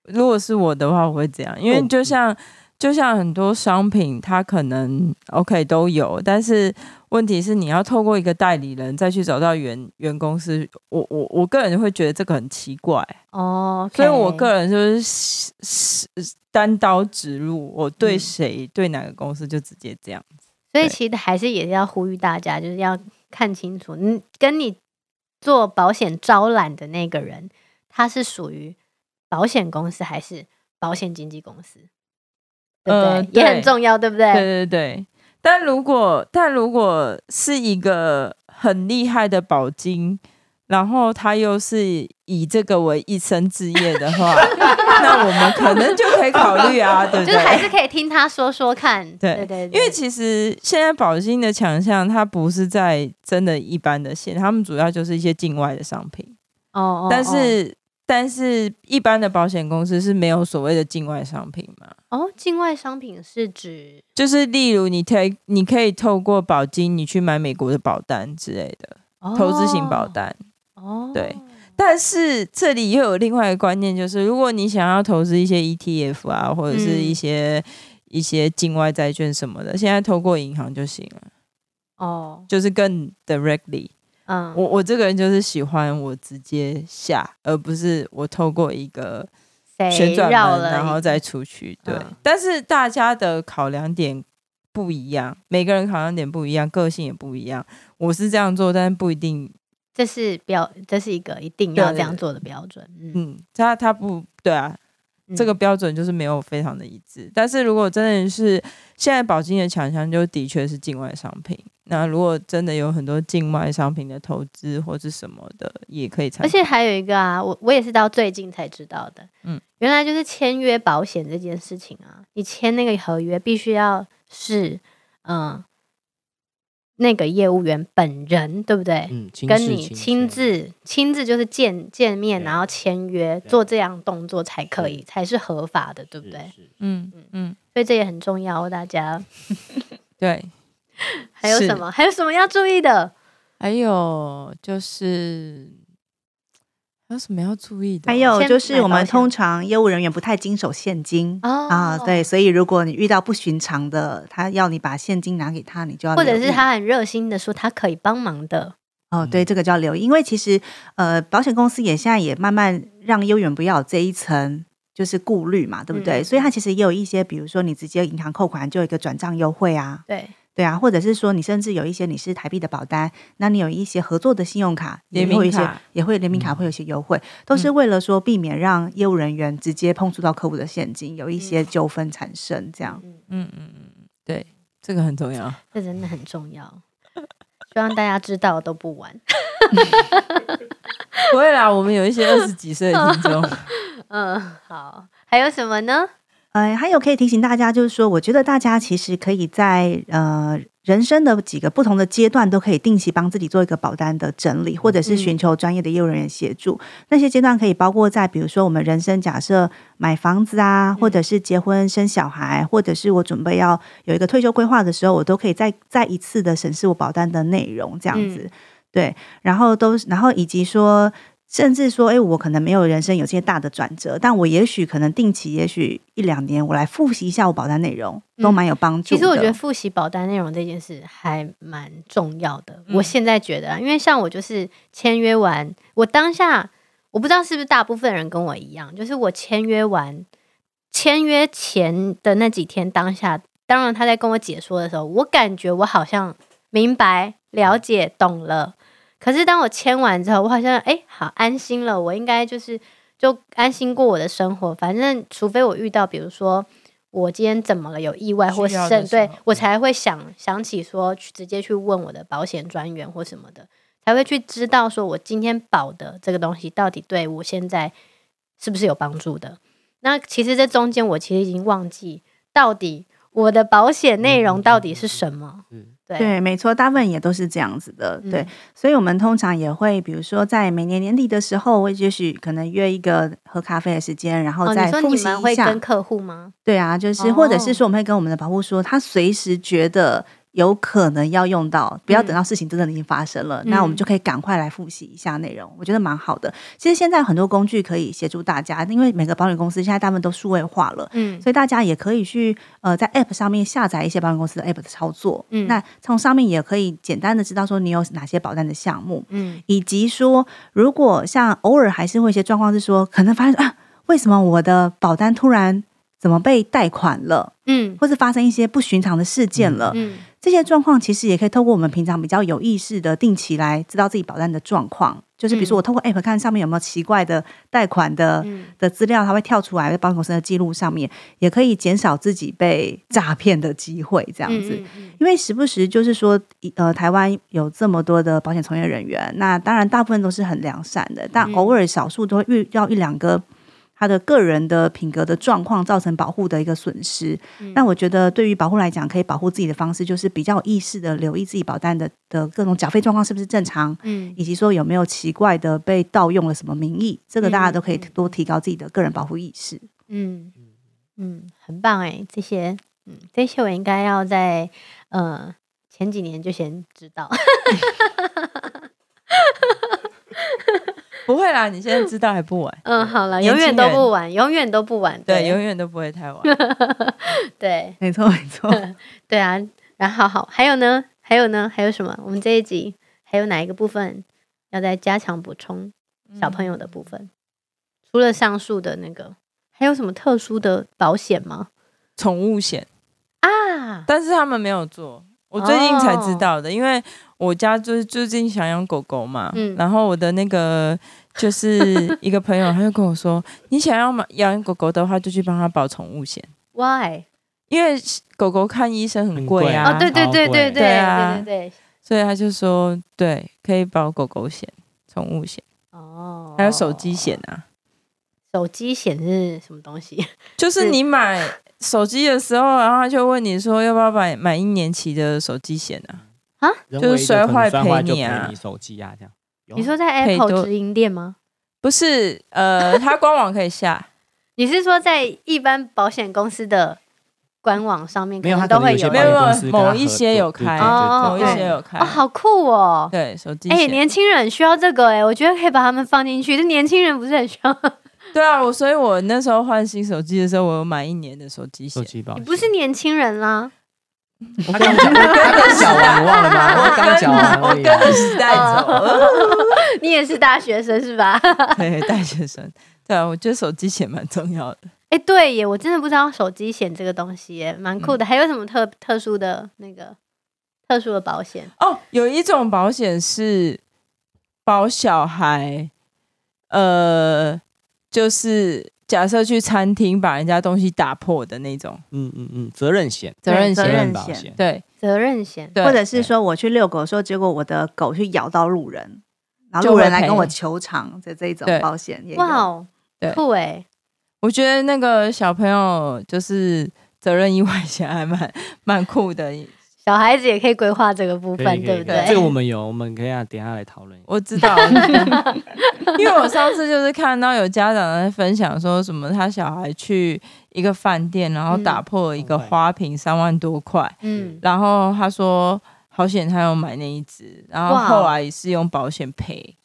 Speaker 1: 如果是我的话，我会这样，因为
Speaker 3: 哦
Speaker 1: 就像就像很多商品，它可能 OK 都有，但是问题是你要透过一个代理人再去找到原原公司，我我我个人会觉得这个很奇怪，
Speaker 2: 哦，OK，
Speaker 1: 所以我个人就是是是单刀直入，我对
Speaker 2: 嗯
Speaker 1: 谁、对哪个公司就直接这样。
Speaker 2: 所以
Speaker 1: 对
Speaker 2: 其实还是也是要呼吁大家，就是要看清楚，你跟你做保险招揽的那个人，他是属于保险公司还是保险经纪公司？对不对？
Speaker 1: 呃
Speaker 2: 也很
Speaker 1: 对
Speaker 2: 重要，对不对？
Speaker 1: 对对对，但如果但如果是一个很厉害的保金，然后他又是以这个为一生置业的
Speaker 2: *laughs*
Speaker 1: 话，那我们可能就可以考虑啊，对不
Speaker 2: 就是还
Speaker 1: 对？
Speaker 2: 是可以听他说说看。
Speaker 1: 对
Speaker 2: 对对，
Speaker 1: 因为其实现在保金的强项，它不是在真的一般的线，他们主要就是一些境外的商品，
Speaker 2: 哦哦，
Speaker 1: 但
Speaker 2: 哦
Speaker 1: 是。但是，一般的保险公司是没有所谓的境外商品嘛？
Speaker 2: 哦，境外商品是指
Speaker 1: 就是例如你 take，你可以透过保金，你去买美国的保单之类的。投资型保单。
Speaker 2: 哦哦，哦
Speaker 1: 对，但是这里又有另外一个观念，就是如果你想要投资一些 ETF 啊，或者是一些、一些境外债券什么的，现在透过银行就行了，
Speaker 2: 哦，
Speaker 1: 就是更 directly。
Speaker 2: 嗯，
Speaker 1: 我我这个人就是喜欢我直接下，而不是我透过一个
Speaker 2: 谁
Speaker 1: 旋转
Speaker 2: 哎绕
Speaker 1: 门
Speaker 2: 了，
Speaker 1: 然后再出去。对，
Speaker 2: 嗯
Speaker 1: 但是大家的考量点不一样，每个人考量点不一样，个性也不一样。我是这样做，但不一定
Speaker 2: 这是标，这是一个一定要
Speaker 1: 对对
Speaker 2: 这样做的标准。嗯，
Speaker 1: 嗯，他他不对啊，
Speaker 2: 嗯
Speaker 1: 这个标准就是没有非常的一致。但是如果真的是现在保金的强项，就的确是境外商品。那如果真的有很多境外商品的投资或是什么的，也可以参考。
Speaker 2: 而且还有一个啊，我我也是到最近才知道的，嗯
Speaker 1: 嗯，
Speaker 2: 原来就是签约保险这件事情啊，你签那个合约必须要是嗯那个业务员本人，对不对？
Speaker 3: 嗯，
Speaker 2: 跟你亲
Speaker 3: 亲自
Speaker 2: 自亲自就是见见面，
Speaker 3: 对
Speaker 2: 然后签约，
Speaker 3: 对
Speaker 2: 做这样动作才可以，
Speaker 3: 是
Speaker 2: 才是合法的，对不
Speaker 3: 是
Speaker 2: 对？
Speaker 3: 是
Speaker 1: 嗯嗯，
Speaker 2: 所以这也很重要哦，大家。
Speaker 1: 对。
Speaker 2: 还有
Speaker 1: 是
Speaker 2: 什么？还有什么要注意的？
Speaker 1: 还有就是还有什么要注意的？哦
Speaker 4: 还有
Speaker 2: 先
Speaker 4: 就是
Speaker 2: 买
Speaker 4: 我
Speaker 2: 保
Speaker 4: 们
Speaker 2: 险
Speaker 4: 通常业务人员不太经手现金。
Speaker 2: 哦
Speaker 4: 啊，对，，所以如果你遇到不寻常的，他要你把现金拿给他，你就要
Speaker 2: 或者
Speaker 4: 留意
Speaker 2: 是他很热心的说他可以帮忙的，
Speaker 4: 哦，
Speaker 1: 嗯
Speaker 4: 对，这个就要留意，因为其实呃，保险公司也现在也慢慢让优远不要有这一层就是顾虑嘛，对不对？
Speaker 2: 嗯
Speaker 4: 所以它其实也有一些，比如说你直接银行扣款就有一个转账优惠啊，
Speaker 2: 对，
Speaker 4: 对啊，或者是说你甚至有一些你是台币的保单，那你有一些合作的信用卡，也
Speaker 1: 联名
Speaker 4: 会有一些
Speaker 1: 卡嗯
Speaker 4: 也会联名卡会有一些优惠，都是为了说避免让业务人员直接碰触到客户的现金，有一些纠纷产生这样。
Speaker 2: 嗯，
Speaker 1: 嗯嗯嗯，对，这个很重要。 *laughs*
Speaker 2: 这真的很重要。希望大家知道都不晚。 *laughs*
Speaker 1: 不会啦，我们有一些二十几岁的听
Speaker 2: *laughs*
Speaker 1: 众。
Speaker 2: 嗯，好，还有什么呢？
Speaker 4: 呃，还有可以提醒大家，就是说，我觉得大家其实可以在呃人生的几个不同的阶段，都可以定期帮自己做一个保单的整理，或者是寻求专业的业务人员协助。那些阶段可以包括在，比如说我们人生假设买房子啊，或者是结婚生小孩，或者是我准备要有一个退休规划的时候，我都可以再再一次的审视我保单的内容，这样子。对，然后都，然后以及说，甚至说，哎，我可能没有人生有这些大的转折，但我也许可能定期，也许一两年，我来复习一下我保单内容，都蛮有帮助
Speaker 2: 其
Speaker 4: 的。
Speaker 2: 实我觉得复习保单内容这件事还蛮重要的。
Speaker 1: 嗯
Speaker 2: 我现在觉得啊，因为像我就是签约完，我当下我不知道是不是大部分人跟我一样，就是我签约完，签约前的那几天，当下当然他在跟我解说的时候，我感觉我好像明白、了解、懂了。可是当我签完之后，我好像哎、好安心了，我应该就是就安心过我的生活。反正除非我遇到，比如说我今天怎么了，有意外或
Speaker 1: 需要
Speaker 2: 生，
Speaker 1: 的时候
Speaker 2: 对
Speaker 4: 嗯
Speaker 2: 我才会想想起说去直接去问我的保险专员或什么的，才会去知道说我今天保的这个东西到底对我现在是不是有帮助的。那其实这中间，我其实已经忘记到底我的保险内容到底是什么。
Speaker 3: 嗯嗯嗯
Speaker 2: 对
Speaker 4: 嗯对，没错，大部分也都是这样子的。
Speaker 2: 嗯
Speaker 4: 对，所以我们通常也会，比如说在每年年底的时候，我也许可能约一个喝咖啡的时间，然后
Speaker 2: 哦，
Speaker 4: 再
Speaker 2: 你说
Speaker 4: 复
Speaker 2: 你
Speaker 4: 习
Speaker 2: 们
Speaker 4: 一
Speaker 2: 会
Speaker 4: 下。
Speaker 2: 跟客户吗？
Speaker 4: 对啊，就是、
Speaker 2: 哦
Speaker 4: 或者是说，我们会跟我们的保护说，他随时觉得。有可能要用到，不要等到事情真的已经发生了，
Speaker 2: 嗯
Speaker 4: 那我们就可以赶快来复习一下内容，我觉得蛮好的。其实现在有很多工具可以协助大家，因为每个保险公司现在大部分都数位化了，
Speaker 2: 嗯
Speaker 4: 所以大家也可以去呃在 App 上面下载一些保险公司的 App 的操作，
Speaker 2: 嗯
Speaker 4: 那从上面也可以简单的知道说你有哪些保单的项目，
Speaker 2: 嗯
Speaker 4: 以及说如果像偶尔还是会有一些状况是说，可能发现啊，为什么我的保单突然怎么被贷款了，
Speaker 2: 嗯
Speaker 4: 或是发生一些不寻常的事件了，
Speaker 2: 嗯
Speaker 4: 这些状况其实也可以透过我们平常比较有意识的定期来知道自己保单的状况，就是比如说我透过 App 看上面有没有奇怪的贷款的。
Speaker 2: 嗯，
Speaker 4: 的资料，它会跳出来在保险公司的记录上面，也可以减少自己被诈骗的机会，这
Speaker 2: 这
Speaker 4: 样子。
Speaker 2: 嗯嗯
Speaker 4: 因为时不时就是说，一呃，台湾有这么多的保险从业人员，那当然大部分都是很良善的，但
Speaker 2: 嗯
Speaker 4: 偶尔少数都会遇到一两个他的个人的品格的状况造成保护的一个损失。
Speaker 2: 嗯
Speaker 4: 那我觉得对于保护来讲，可以保护自己的方式就是比较有意识的留意自己保单的的各种缴费状况是不是正常，
Speaker 2: 嗯
Speaker 4: 以及说有没有奇怪的被盗用了什么名义，这个大家都可以
Speaker 2: 嗯嗯嗯
Speaker 4: 多提高自己的个人保护意识。
Speaker 2: 嗯嗯，很棒哎，这些嗯这些我应该要在呃前几年就先知道。
Speaker 1: 不会啦，你现在知道还不晚，
Speaker 2: 嗯，好 *laughs* 了，
Speaker 1: 年
Speaker 2: 永远
Speaker 1: 轻
Speaker 2: 都
Speaker 1: 人
Speaker 2: 不晚，永远都不晚。
Speaker 1: 对，永远都不会太晚。
Speaker 2: 对
Speaker 4: 没错，没错。
Speaker 2: *laughs* 对啊，然后好，还有呢，还有呢，还有什么？我们这一集还有哪一个部分要再加强补充？小朋友的部分，除了上述的那个，还有什么特殊的保险吗？
Speaker 1: 宠物险，
Speaker 2: 啊，
Speaker 1: 但是他们没有做，我最近才知
Speaker 2: 哦
Speaker 1: 道的，因为我家就是最近想养狗狗嘛，
Speaker 2: 嗯
Speaker 1: 然后我的那个就是一个朋友，他就跟我说，你想要买养狗狗的话，就去帮他保宠物险，
Speaker 2: Why？
Speaker 1: 因为狗狗看医生很
Speaker 3: 很
Speaker 1: 贵
Speaker 3: 贵
Speaker 1: 啊，
Speaker 2: 哦，对对
Speaker 3: 好
Speaker 2: 对对对
Speaker 3: 贵
Speaker 1: 对啊
Speaker 2: 对对对，
Speaker 1: 所以他就说，对，可以保狗狗险、宠物险，
Speaker 2: 哦，
Speaker 1: 还有手机险，啊，
Speaker 2: 手机险是什么东西？
Speaker 1: 就是
Speaker 2: 是
Speaker 1: 你买手机的时候，然后他就问你说要不要买买一年期的手机险啊，
Speaker 3: 人
Speaker 1: 就是
Speaker 3: 为
Speaker 1: 摔
Speaker 3: 的可能
Speaker 1: 坏
Speaker 3: 摔
Speaker 1: 赔
Speaker 3: 坏就
Speaker 1: 你
Speaker 3: 赔
Speaker 1: 啊
Speaker 3: 你手机啊，这样。有
Speaker 2: 你
Speaker 3: 啊
Speaker 2: 说在
Speaker 1: 配
Speaker 2: Apple
Speaker 1: 多
Speaker 2: 直营店吗？
Speaker 1: 不是，呃，它官网可以下。
Speaker 2: 你是说在一般保险公司的官网上面
Speaker 3: 没有，
Speaker 2: 可
Speaker 3: 他
Speaker 2: 能都
Speaker 3: 可能
Speaker 2: 会
Speaker 3: 有些
Speaker 1: 没有
Speaker 3: 保险
Speaker 1: 没有
Speaker 3: 公司跟他
Speaker 1: 某
Speaker 3: 合
Speaker 1: 一
Speaker 3: 作
Speaker 1: 些有
Speaker 3: 对
Speaker 1: 开
Speaker 3: 对对
Speaker 1: 某
Speaker 2: *laughs* 哦
Speaker 1: 一
Speaker 3: 对
Speaker 1: 些有开
Speaker 2: 哦，，好酷哦！
Speaker 1: 对手机
Speaker 2: 哎、
Speaker 1: 险，
Speaker 2: 年轻人需要这个哎、我觉得可以把他们放进去。这年轻人不是很需要？
Speaker 1: 对啊，我所以，我那时候换新手机的时候，我有买一年的手机
Speaker 3: 手
Speaker 1: 险。
Speaker 3: 机保
Speaker 2: 你
Speaker 3: 险。
Speaker 2: 不是年轻人啦，
Speaker 3: 我刚讲，我刚刚
Speaker 2: *laughs*
Speaker 3: 讲完，你忘了吗？我刚讲完
Speaker 1: 我
Speaker 3: 而
Speaker 1: 跟
Speaker 3: 已啊。
Speaker 1: 着时代走，
Speaker 2: 哦你也是大学生是吧？ *laughs*
Speaker 1: 对大学生， *laughs* 对啊，我觉得手机险蛮重要的。
Speaker 2: 哎、对耶，我真的不知道手机险这个东西耶，蛮酷
Speaker 3: 嗯
Speaker 2: 的。还有什么特特殊的那个特殊的保险？
Speaker 1: 哦，有一种保险是保小孩，呃，就是假设去餐厅把人家东西打破的那种
Speaker 3: 嗯嗯嗯，责任险，
Speaker 1: 责任
Speaker 4: 责
Speaker 1: 险，
Speaker 4: 任
Speaker 3: 保
Speaker 4: 险
Speaker 3: 险，
Speaker 1: 对
Speaker 2: 责任险？
Speaker 1: 对，
Speaker 4: 或者是说我去遛狗的时候，结果我的狗去咬到路人，然后路人来跟我求偿的这一种
Speaker 1: 对
Speaker 4: 保险也有。
Speaker 2: 哇哦
Speaker 1: 对，
Speaker 2: 酷哎！
Speaker 1: 我觉得那个小朋友就是责任意外险还蛮蛮酷的，
Speaker 2: 小孩子也可以规划这个部
Speaker 3: 可以
Speaker 2: 分，
Speaker 3: 可以
Speaker 2: 对不
Speaker 3: 可以
Speaker 2: 对？
Speaker 3: 这个我们有，我们可以啊，等一下来讨论一下。
Speaker 1: 我知道，我知道因为我上次就是看到有家长在分享说什么他小孩去一个饭店，然后打破了一个花瓶三万多块，
Speaker 2: 嗯，
Speaker 1: 然后他说好险他有买那一只，然后
Speaker 2: 哇
Speaker 1: 后来是用保险赔。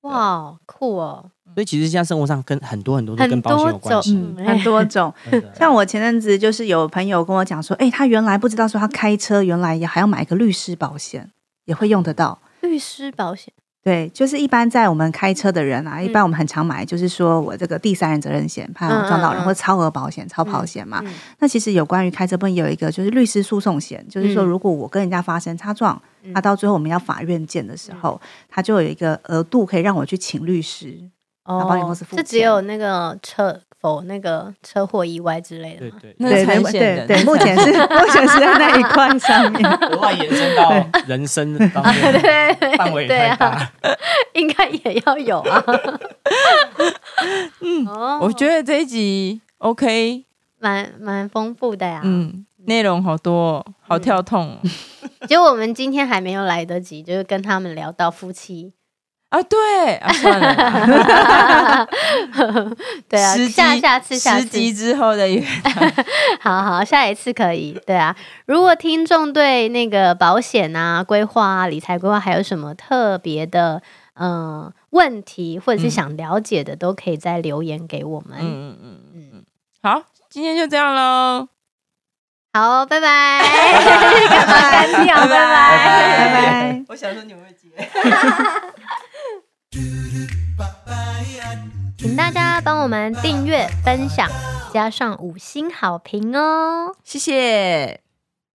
Speaker 2: 哇，酷哦，
Speaker 3: 所以其实现在生活上跟很多很多都
Speaker 2: 很
Speaker 3: 跟保险
Speaker 2: 多
Speaker 3: 有关
Speaker 2: 种，嗯
Speaker 3: 系。
Speaker 4: 嗯，很
Speaker 2: 哎
Speaker 4: 多种。
Speaker 3: 真的
Speaker 4: 像我前阵子就是有朋友跟我讲说，哎、他原来不知道说他开车原来也还要买一个律师保险，也会用得到。
Speaker 2: 律师保险，
Speaker 4: 对，就是一般在我们开车的人啊，
Speaker 2: 嗯
Speaker 4: 一般我们很常买，就是说我这个第三人责任险，怕
Speaker 2: 嗯嗯
Speaker 4: 撞到人
Speaker 2: 嗯
Speaker 4: 或超额保险、超跑险嘛。
Speaker 2: 嗯
Speaker 4: 那其实有关于开车部分有一个就是律师诉讼险，就是说
Speaker 2: 嗯
Speaker 4: 如果我跟人家发生擦撞，
Speaker 2: 嗯
Speaker 4: 那、啊到最后我们要法院见的时候，他就有一个额度可以让我去请律师。
Speaker 2: 哦，
Speaker 4: 保险公司付
Speaker 2: 这只
Speaker 4: 钱
Speaker 2: 有那个车否那个车祸意外之类的
Speaker 3: 对
Speaker 2: 吗？
Speaker 3: 对，
Speaker 1: 那
Speaker 4: 对
Speaker 1: 产
Speaker 4: 对
Speaker 1: 险的
Speaker 4: 对对，
Speaker 1: 那
Speaker 4: 目前是目前是在那一块上面。
Speaker 3: 额外延伸到
Speaker 2: *laughs*
Speaker 3: 人生方面范围也
Speaker 2: 对
Speaker 3: 太大
Speaker 2: 啊， *laughs*
Speaker 3: 了。
Speaker 2: 应该也要有啊。嗯，
Speaker 1: 我觉得这一集 OK，
Speaker 2: 蛮蛮丰富的呀。嗯，
Speaker 1: 嗯，内容好多、哦，好跳痛、哦
Speaker 2: 结果我们今天还没有来得及，就是跟他们聊到夫妻。
Speaker 1: 啊！对啊，算了啦，
Speaker 2: *laughs*
Speaker 1: *laughs*
Speaker 2: 对啊，
Speaker 1: 司机
Speaker 2: 下下次下
Speaker 1: 司
Speaker 2: 次
Speaker 1: 机之后的原
Speaker 2: *laughs* 好好，下一次可以。对啊，如果听众对那个保险啊、规划啊、理财规划还有什么特别的嗯、呃问题，或者是
Speaker 1: 嗯
Speaker 2: 想了解的，都可以再留言给我们。
Speaker 1: 嗯嗯嗯
Speaker 2: 嗯
Speaker 1: 嗯嗯，好，今天就这样喽，
Speaker 2: 好，拜拜，干嘛
Speaker 4: *laughs*
Speaker 2: 干掉？拜拜。
Speaker 4: 拜拜。
Speaker 1: 我想说你们会接。
Speaker 2: 请大家帮我们订阅、分享，加上五星好评哦。
Speaker 1: 谢谢。